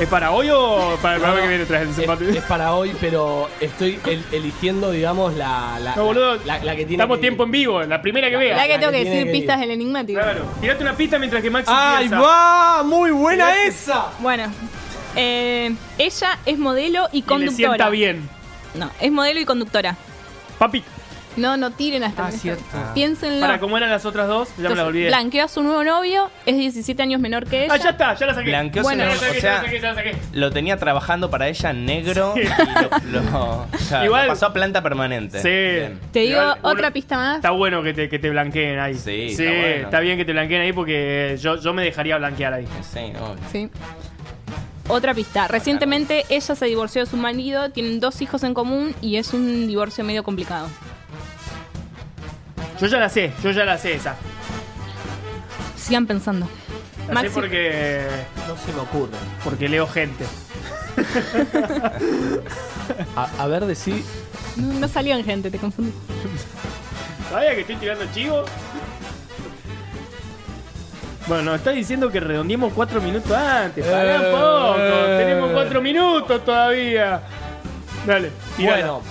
[SPEAKER 3] ¿Es para hoy o para el programa que viene tras el desempate?
[SPEAKER 6] Es, es para hoy, pero estoy el- eligiendo, digamos, la, la,
[SPEAKER 3] No, boludo,
[SPEAKER 6] la, la que tiene.
[SPEAKER 3] Estamos
[SPEAKER 6] que-
[SPEAKER 3] tiempo en vivo, la primera que vea.
[SPEAKER 11] La que tengo que
[SPEAKER 6] tiene
[SPEAKER 11] decir
[SPEAKER 6] que-
[SPEAKER 11] pistas del enigmático.
[SPEAKER 3] Claro. Tirate una pista mientras que Maxi
[SPEAKER 6] ¡Ahí
[SPEAKER 3] piensa.
[SPEAKER 6] va! ¡Muy buena
[SPEAKER 3] Mirá que-
[SPEAKER 6] esa!
[SPEAKER 11] Bueno, eh, ella es modelo y
[SPEAKER 3] Y le
[SPEAKER 11] conductora.
[SPEAKER 3] sienta bien.
[SPEAKER 11] No, es modelo y conductora.
[SPEAKER 3] Papi,
[SPEAKER 11] No, no tiren hasta
[SPEAKER 3] Ah,
[SPEAKER 11] el
[SPEAKER 3] cierto.
[SPEAKER 11] Piénsenlo.
[SPEAKER 3] Para cómo eran las otras dos, ya me las olvidé.
[SPEAKER 11] Blanquea a su nuevo novio, es 17 años menor que ella.
[SPEAKER 3] Ah, ya está, ya la saqué.
[SPEAKER 10] Blanqueó su
[SPEAKER 11] Bueno.
[SPEAKER 10] novio, o sea,
[SPEAKER 3] Ya la saqué.
[SPEAKER 10] lo tenía trabajando para ella en negro y lo, lo- o sea, lo
[SPEAKER 3] Igual-
[SPEAKER 10] pasó a planta permanente.
[SPEAKER 3] Sí.
[SPEAKER 11] Te digo
[SPEAKER 3] Igual, uno-
[SPEAKER 11] otra pista más.
[SPEAKER 3] Está bueno que te, que te blanqueen ahí. Sí,
[SPEAKER 10] está bueno.
[SPEAKER 3] está bien que te blanqueen ahí porque yo, yo me dejaría blanquear ahí.
[SPEAKER 10] Sí,
[SPEAKER 11] Sí. Otra pista. Recientemente ella se divorció de su marido, tienen dos hijos en común y es un divorcio medio complicado.
[SPEAKER 3] Yo ya la sé, yo ya la sé esa.
[SPEAKER 11] Sigan pensando. <laughs>
[SPEAKER 3] La
[SPEAKER 11] Maxi-
[SPEAKER 3] sé porque.
[SPEAKER 6] No se me ocurre.
[SPEAKER 3] Porque leo gente.
[SPEAKER 6] A, <laughs> a ver, decí.
[SPEAKER 11] No, no salían gente, te confundí.
[SPEAKER 3] ¿Sabía que estoy tirando chivo? Bueno, nos está diciendo que redondeemos cuatro minutos antes. Pará un
[SPEAKER 6] Eh.
[SPEAKER 3] poco. Tenemos cuatro minutos todavía. Dale, tirala.
[SPEAKER 6] Bueno,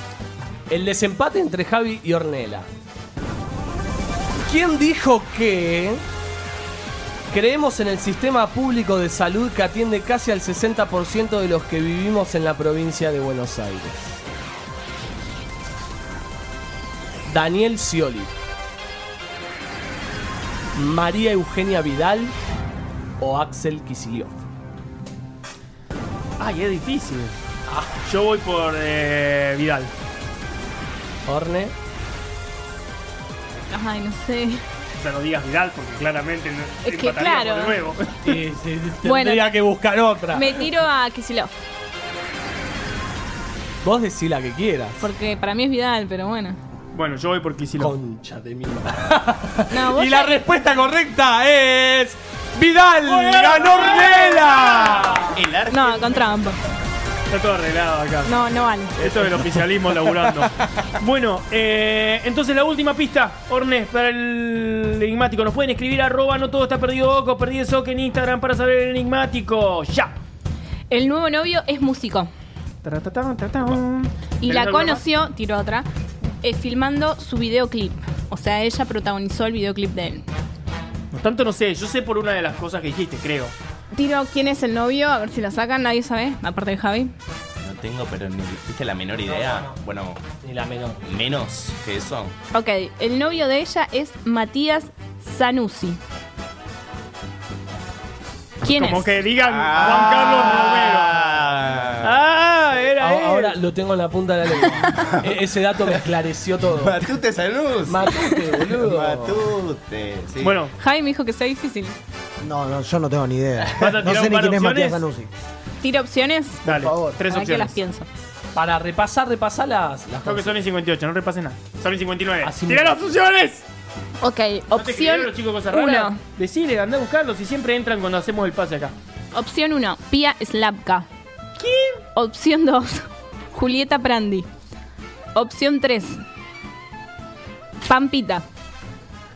[SPEAKER 6] el desempate entre Javi y Ornella. ¿Quién dijo que creemos en el sistema público de salud que atiende casi al 60% de los que vivimos en la provincia de Buenos Aires? Daniel Scioli. María Eugenia Vidal o Axel Kicillof.
[SPEAKER 3] Ay, es difícil. Ah, Yo voy por eh, Vidal.
[SPEAKER 6] Orne.
[SPEAKER 11] Ay, no sé.
[SPEAKER 3] O sea, no digas Vidal porque claramente no-
[SPEAKER 11] Es que
[SPEAKER 3] empataría
[SPEAKER 11] claro.
[SPEAKER 3] por
[SPEAKER 11] <laughs>
[SPEAKER 3] nuevo.
[SPEAKER 11] Bueno. tendría
[SPEAKER 6] que buscar otra.
[SPEAKER 11] Me tiro a Kisilov,
[SPEAKER 6] Vos decí la que quieras.
[SPEAKER 11] porque para mí es Vidal, pero bueno.
[SPEAKER 3] Bueno, yo voy por Kicillof.
[SPEAKER 6] Concha de mi
[SPEAKER 11] <laughs> No, vos
[SPEAKER 6] Y la
[SPEAKER 11] ya-
[SPEAKER 6] respuesta correcta es. ¡Vidal!
[SPEAKER 11] Bueno.
[SPEAKER 6] ¡Ganó Ornella!
[SPEAKER 11] No, con trampa.
[SPEAKER 3] Está todo arreglado acá.
[SPEAKER 11] No, no vale.
[SPEAKER 3] Esto es el oficialismo
[SPEAKER 11] <laughs>
[SPEAKER 3] laburando. Bueno, eh, entonces la última pista, Ornes, para el enigmático. Nos pueden escribir arroba no todo está perdido oco, perdí eso que en Instagram para saber el enigmático. Ya.
[SPEAKER 11] El nuevo novio es músico.
[SPEAKER 3] Taratatán, tatatán.
[SPEAKER 11] Y
[SPEAKER 3] ¿Tenés
[SPEAKER 11] la
[SPEAKER 3] alguna
[SPEAKER 11] conoció, tiró otra, eh, filmando su videoclip. O sea, ella protagonizó el videoclip de él.
[SPEAKER 3] más? No, Tanto no sé, yo sé por una de las cosas que dijiste, creo.
[SPEAKER 11] Tiro quién es el novio, a ver si la sacan, nadie sabe, aparte de Javi.
[SPEAKER 10] No tengo, pero ni viste la menor idea. Bueno,
[SPEAKER 6] ni la menor.
[SPEAKER 10] Menos que eso.
[SPEAKER 11] Ok, el novio de ella es Matías Zanussi. ¿Quién
[SPEAKER 3] Como
[SPEAKER 11] es?
[SPEAKER 3] que digan Juan
[SPEAKER 6] Ah.
[SPEAKER 3] Carlos Romero. Ah, era
[SPEAKER 6] Ahora,
[SPEAKER 3] él.
[SPEAKER 6] ahora lo tengo en la punta de la
[SPEAKER 10] <laughs>
[SPEAKER 6] lengua. E- Ese dato me esclareció todo.
[SPEAKER 10] Matute Salud.
[SPEAKER 6] Matute, boludo.
[SPEAKER 10] Matute. sí.
[SPEAKER 3] Bueno,
[SPEAKER 11] Javi me dijo que sea difícil.
[SPEAKER 12] No, no, yo no tengo ni idea.
[SPEAKER 3] <laughs> ¿Vas a
[SPEAKER 12] No
[SPEAKER 3] tirar
[SPEAKER 12] sé
[SPEAKER 3] un
[SPEAKER 12] ni
[SPEAKER 3] par de
[SPEAKER 12] quién es Matías
[SPEAKER 3] opciones?
[SPEAKER 12] Zanussi.
[SPEAKER 11] ¿Tiro opciones?
[SPEAKER 3] dale,
[SPEAKER 12] favor.
[SPEAKER 3] tres
[SPEAKER 11] Para que
[SPEAKER 3] opciones.
[SPEAKER 11] las pienso.
[SPEAKER 6] Para repasar, repasar las, las
[SPEAKER 3] Creo que
[SPEAKER 6] cosas.
[SPEAKER 3] son y 58, no repasen nada. Son y 59.
[SPEAKER 6] Así
[SPEAKER 3] ¡Tira
[SPEAKER 6] mismo.
[SPEAKER 3] las opciones!
[SPEAKER 11] Ok,
[SPEAKER 3] ¿No te escribieron
[SPEAKER 11] opción
[SPEAKER 3] los chicos cosas raras?
[SPEAKER 11] 1.
[SPEAKER 3] Decile, andá a buscarlos y siempre entran cuando hacemos el pase acá.
[SPEAKER 11] Opción 1, Pia Slavka.
[SPEAKER 3] ¿Quién?
[SPEAKER 11] Opción 2, <laughs> Julieta Prandi. Opción 3, Pampita.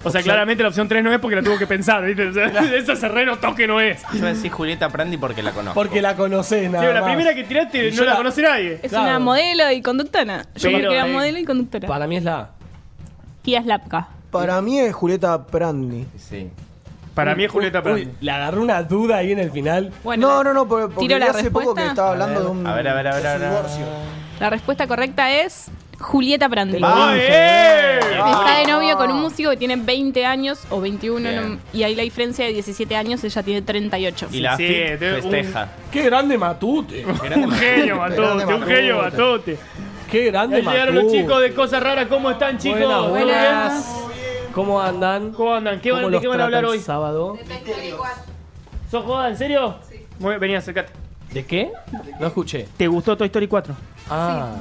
[SPEAKER 3] O sea, claramente la opción 3 no es porque la tuvo que pensar, ¿viste? O sea, <laughs> Esa Serreno toque no es.
[SPEAKER 10] Yo decía Julieta Prandi porque la conozco.
[SPEAKER 6] Porque la conocés, nada.
[SPEAKER 3] Tío, la
[SPEAKER 6] más.
[SPEAKER 3] primera que tiraste
[SPEAKER 6] Y
[SPEAKER 3] no
[SPEAKER 6] yo
[SPEAKER 3] la,
[SPEAKER 6] la-
[SPEAKER 3] conoce nadie.
[SPEAKER 11] Es
[SPEAKER 6] Claro.
[SPEAKER 11] una modelo y conductora. Yo
[SPEAKER 3] Pero- eh,
[SPEAKER 11] creo que era
[SPEAKER 3] Sí.
[SPEAKER 11] modelo y conductora.
[SPEAKER 6] Para mí es la A.
[SPEAKER 11] Pia Slavka.
[SPEAKER 12] Para mí es Julieta Prandi.
[SPEAKER 10] Sí.
[SPEAKER 3] Para mí es Julieta
[SPEAKER 6] Uy,
[SPEAKER 3] Prandi.
[SPEAKER 6] le agarró una duda ahí en el final.
[SPEAKER 11] Bueno,
[SPEAKER 12] No,
[SPEAKER 11] la,
[SPEAKER 12] no, no, por- porque
[SPEAKER 11] ¿Tiro la
[SPEAKER 12] hace poco que
[SPEAKER 11] respuesta?
[SPEAKER 12] estaba
[SPEAKER 10] A
[SPEAKER 12] hablando
[SPEAKER 10] ver,
[SPEAKER 12] de un
[SPEAKER 10] a ver, a ver, a ver, a ver.
[SPEAKER 12] divorcio.
[SPEAKER 11] la respuesta correcta es Julieta Prandi.
[SPEAKER 3] ¡Ah, eh!
[SPEAKER 11] Está de novio con un músico que tiene 20 años o 21,
[SPEAKER 10] Bien.
[SPEAKER 11] no- y ahí la diferencia de 17 años, ella tiene 38.
[SPEAKER 10] Y la
[SPEAKER 3] Sí,
[SPEAKER 10] AFIP
[SPEAKER 3] de- un-
[SPEAKER 10] festeja.
[SPEAKER 6] ¡Qué grande Matute!
[SPEAKER 3] Un genio, Batote, un
[SPEAKER 12] Matute.
[SPEAKER 3] genio, Batote.
[SPEAKER 6] ¡Qué
[SPEAKER 3] Ahí
[SPEAKER 6] grande Matute!
[SPEAKER 3] llegaron los chicos de Cosas Raras. ¿Cómo están, chicos?
[SPEAKER 6] Buenas,
[SPEAKER 3] ¿Todo bien?
[SPEAKER 6] buenas. ¿Cómo andan?
[SPEAKER 3] ¿Cómo andan? ¿Qué van,
[SPEAKER 6] ¿Cómo
[SPEAKER 3] ¿De
[SPEAKER 6] los
[SPEAKER 3] qué van a hablar
[SPEAKER 6] tratan
[SPEAKER 3] hoy?
[SPEAKER 6] sábado?
[SPEAKER 3] ¿Sos joda? ¿En serio? Sí. Muy bien, vení, acercate.
[SPEAKER 6] ¿De qué? No escuché.
[SPEAKER 3] ¿Te gustó Toy Story 4?
[SPEAKER 6] Ah.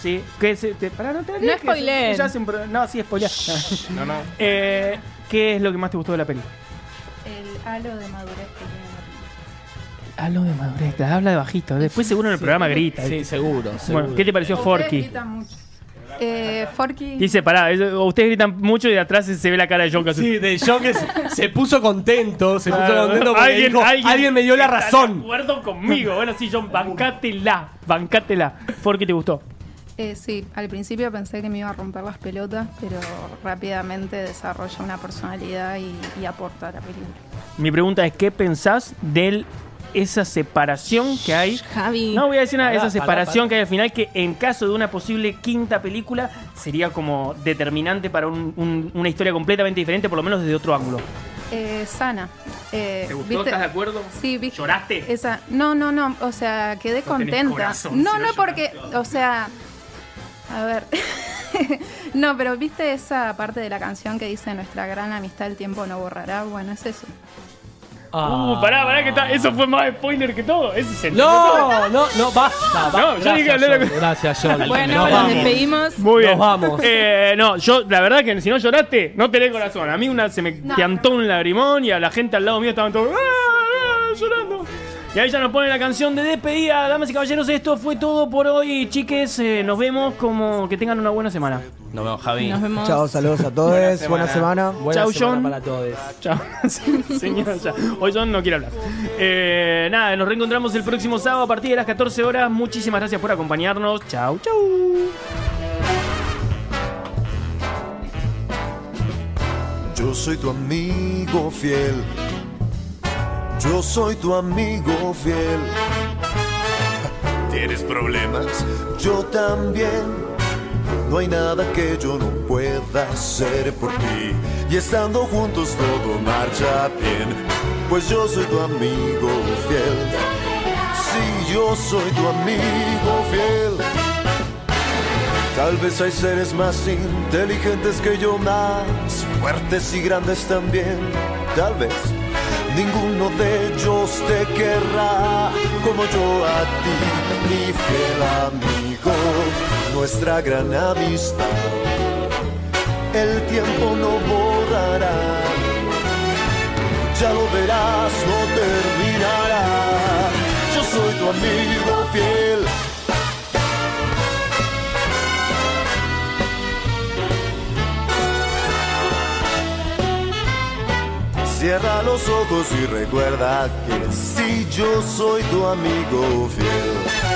[SPEAKER 3] Sí. ¿Qué se, te, pará, no te
[SPEAKER 11] No
[SPEAKER 3] que se-
[SPEAKER 11] spoileen.
[SPEAKER 3] ya se- no, sí, spoiler.
[SPEAKER 10] No, no.
[SPEAKER 3] eh, ¿Qué es lo que más te gustó de la peli?
[SPEAKER 7] El halo de madurez que tiene la piel.
[SPEAKER 3] Hablo de madurez, habla de bajito. Después seguro en el programa grita.
[SPEAKER 6] Sí, seguro, seguro.
[SPEAKER 3] Bueno, ¿qué te pareció Forky?
[SPEAKER 7] Eh, Forky.
[SPEAKER 3] Dice, pará, eso- ustedes gritan mucho y de atrás se ve la cara de John Cazzu.
[SPEAKER 6] Sí, de yo que se, se puso contento, se puso
[SPEAKER 3] Ah,
[SPEAKER 6] contento porque dijo, alguien, me dio la
[SPEAKER 3] está De
[SPEAKER 6] razón.
[SPEAKER 3] acuerdo conmigo. Bueno, sí, John, bancátela. Bancátela. Forky te gustó.
[SPEAKER 7] Eh, sí, al principio pensé que me iba a romper las pelotas, pero rápidamente desarrolla una personalidad y, y aporta a la película.
[SPEAKER 3] Mi pregunta es: ¿qué pensás del esa separación que hay. No voy a decir nada,
[SPEAKER 14] Pará,
[SPEAKER 3] esa
[SPEAKER 14] pará,
[SPEAKER 3] separación
[SPEAKER 14] pará.
[SPEAKER 3] que hay al final, que en caso de una posible quinta película, sería como determinante para un- un- una historia completamente diferente, por lo menos desde otro ángulo.
[SPEAKER 14] Eh, sana. Eh,
[SPEAKER 3] ¿Te gustó?
[SPEAKER 14] ¿viste?
[SPEAKER 3] ¿Estás de acuerdo?
[SPEAKER 14] Sí, viste.
[SPEAKER 3] ¿Lloraste?
[SPEAKER 14] Esa, no, no, no. O sea, quedé
[SPEAKER 3] No tenés
[SPEAKER 14] contenta.
[SPEAKER 3] corazón,
[SPEAKER 14] no,
[SPEAKER 3] si no
[SPEAKER 14] no, porque, o sea, a ver. <laughs> no, pero viste esa parte de la canción que dice nuestra gran amistad el tiempo no borrará. Bueno, es eso.
[SPEAKER 6] Ah.
[SPEAKER 3] Uh, pará, pará, que está. Eso fue más spoiler que todo. Eso se
[SPEAKER 6] No, no, no, basta. basta.
[SPEAKER 3] No, yo dije
[SPEAKER 6] gracias,
[SPEAKER 3] hablar de-
[SPEAKER 6] John, gracias, John.
[SPEAKER 3] Bueno,
[SPEAKER 6] Nos
[SPEAKER 3] nos
[SPEAKER 6] vamos.
[SPEAKER 14] despedimos.
[SPEAKER 3] Muy bien.
[SPEAKER 6] Nos vamos.
[SPEAKER 3] Eh, no, yo, la verdad que si no lloraste, no tenés corazón. A mí una se me
[SPEAKER 14] No.
[SPEAKER 3] piantó un lagrimón y a la gente al lado mío estaban todos. "Ah, ah", llorando. Y ahí ya nos pone la canción de despedida, damas y caballeros. Esto fue todo por hoy, chiques. Eh, nos vemos como que tengan una buena <laughs> semana.
[SPEAKER 10] Nos vemos, Javi.
[SPEAKER 3] Nos vemos.
[SPEAKER 12] Chao, saludos a todos.
[SPEAKER 3] Buena
[SPEAKER 12] Buena
[SPEAKER 3] semana.
[SPEAKER 12] semana.
[SPEAKER 3] Buena Chau, semana John. para
[SPEAKER 6] todos.
[SPEAKER 3] Chao. Señor, ya. Hoy John no quiere hablar. Eh, nada, nos reencontramos el próximo sábado a partir de las 14 horas. Muchísimas gracias por acompañarnos. Chao, chao.
[SPEAKER 15] Yo soy tu amigo fiel. Yo soy tu amigo fiel. ¿Tienes problemas? Yo también. No hay nada que yo no pueda hacer por ti. Y estando juntos todo marcha bien. Pues yo soy tu amigo fiel. Sí, yo soy tu amigo fiel. Tal vez hay seres más inteligentes que yo, más fuertes y grandes también. Tal vez ninguno de ellos te querrá como yo a ti, mi fiel amigo, nuestra gran amistad. El tiempo no borrará, ya lo verás, no terminará. Yo soy tu amigo fiel. Cierra los ojos y recuerda que si yo soy tu amigo fiel.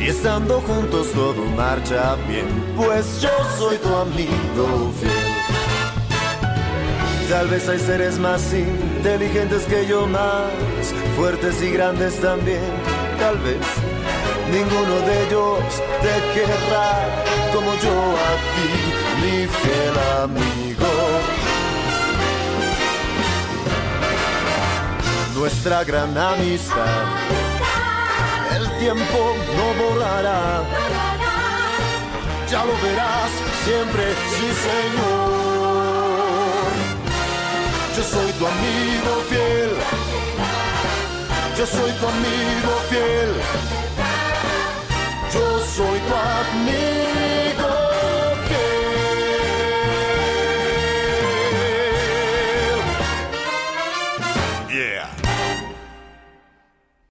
[SPEAKER 15] Y estando juntos todo marcha bien, pues yo soy tu amigo fiel. Tal vez hay seres más inteligentes que yo, más fuertes y grandes también. Tal vez ninguno de ellos te querrá como yo a ti, mi fiel amigo. Nuestra gran amistad, el tiempo no volará. Ya lo verás siempre, sí señor. Yo soy tu amigo oh, fiel. Yo oh, soy tu amigo fiel. Yo soy tu amigo. oh.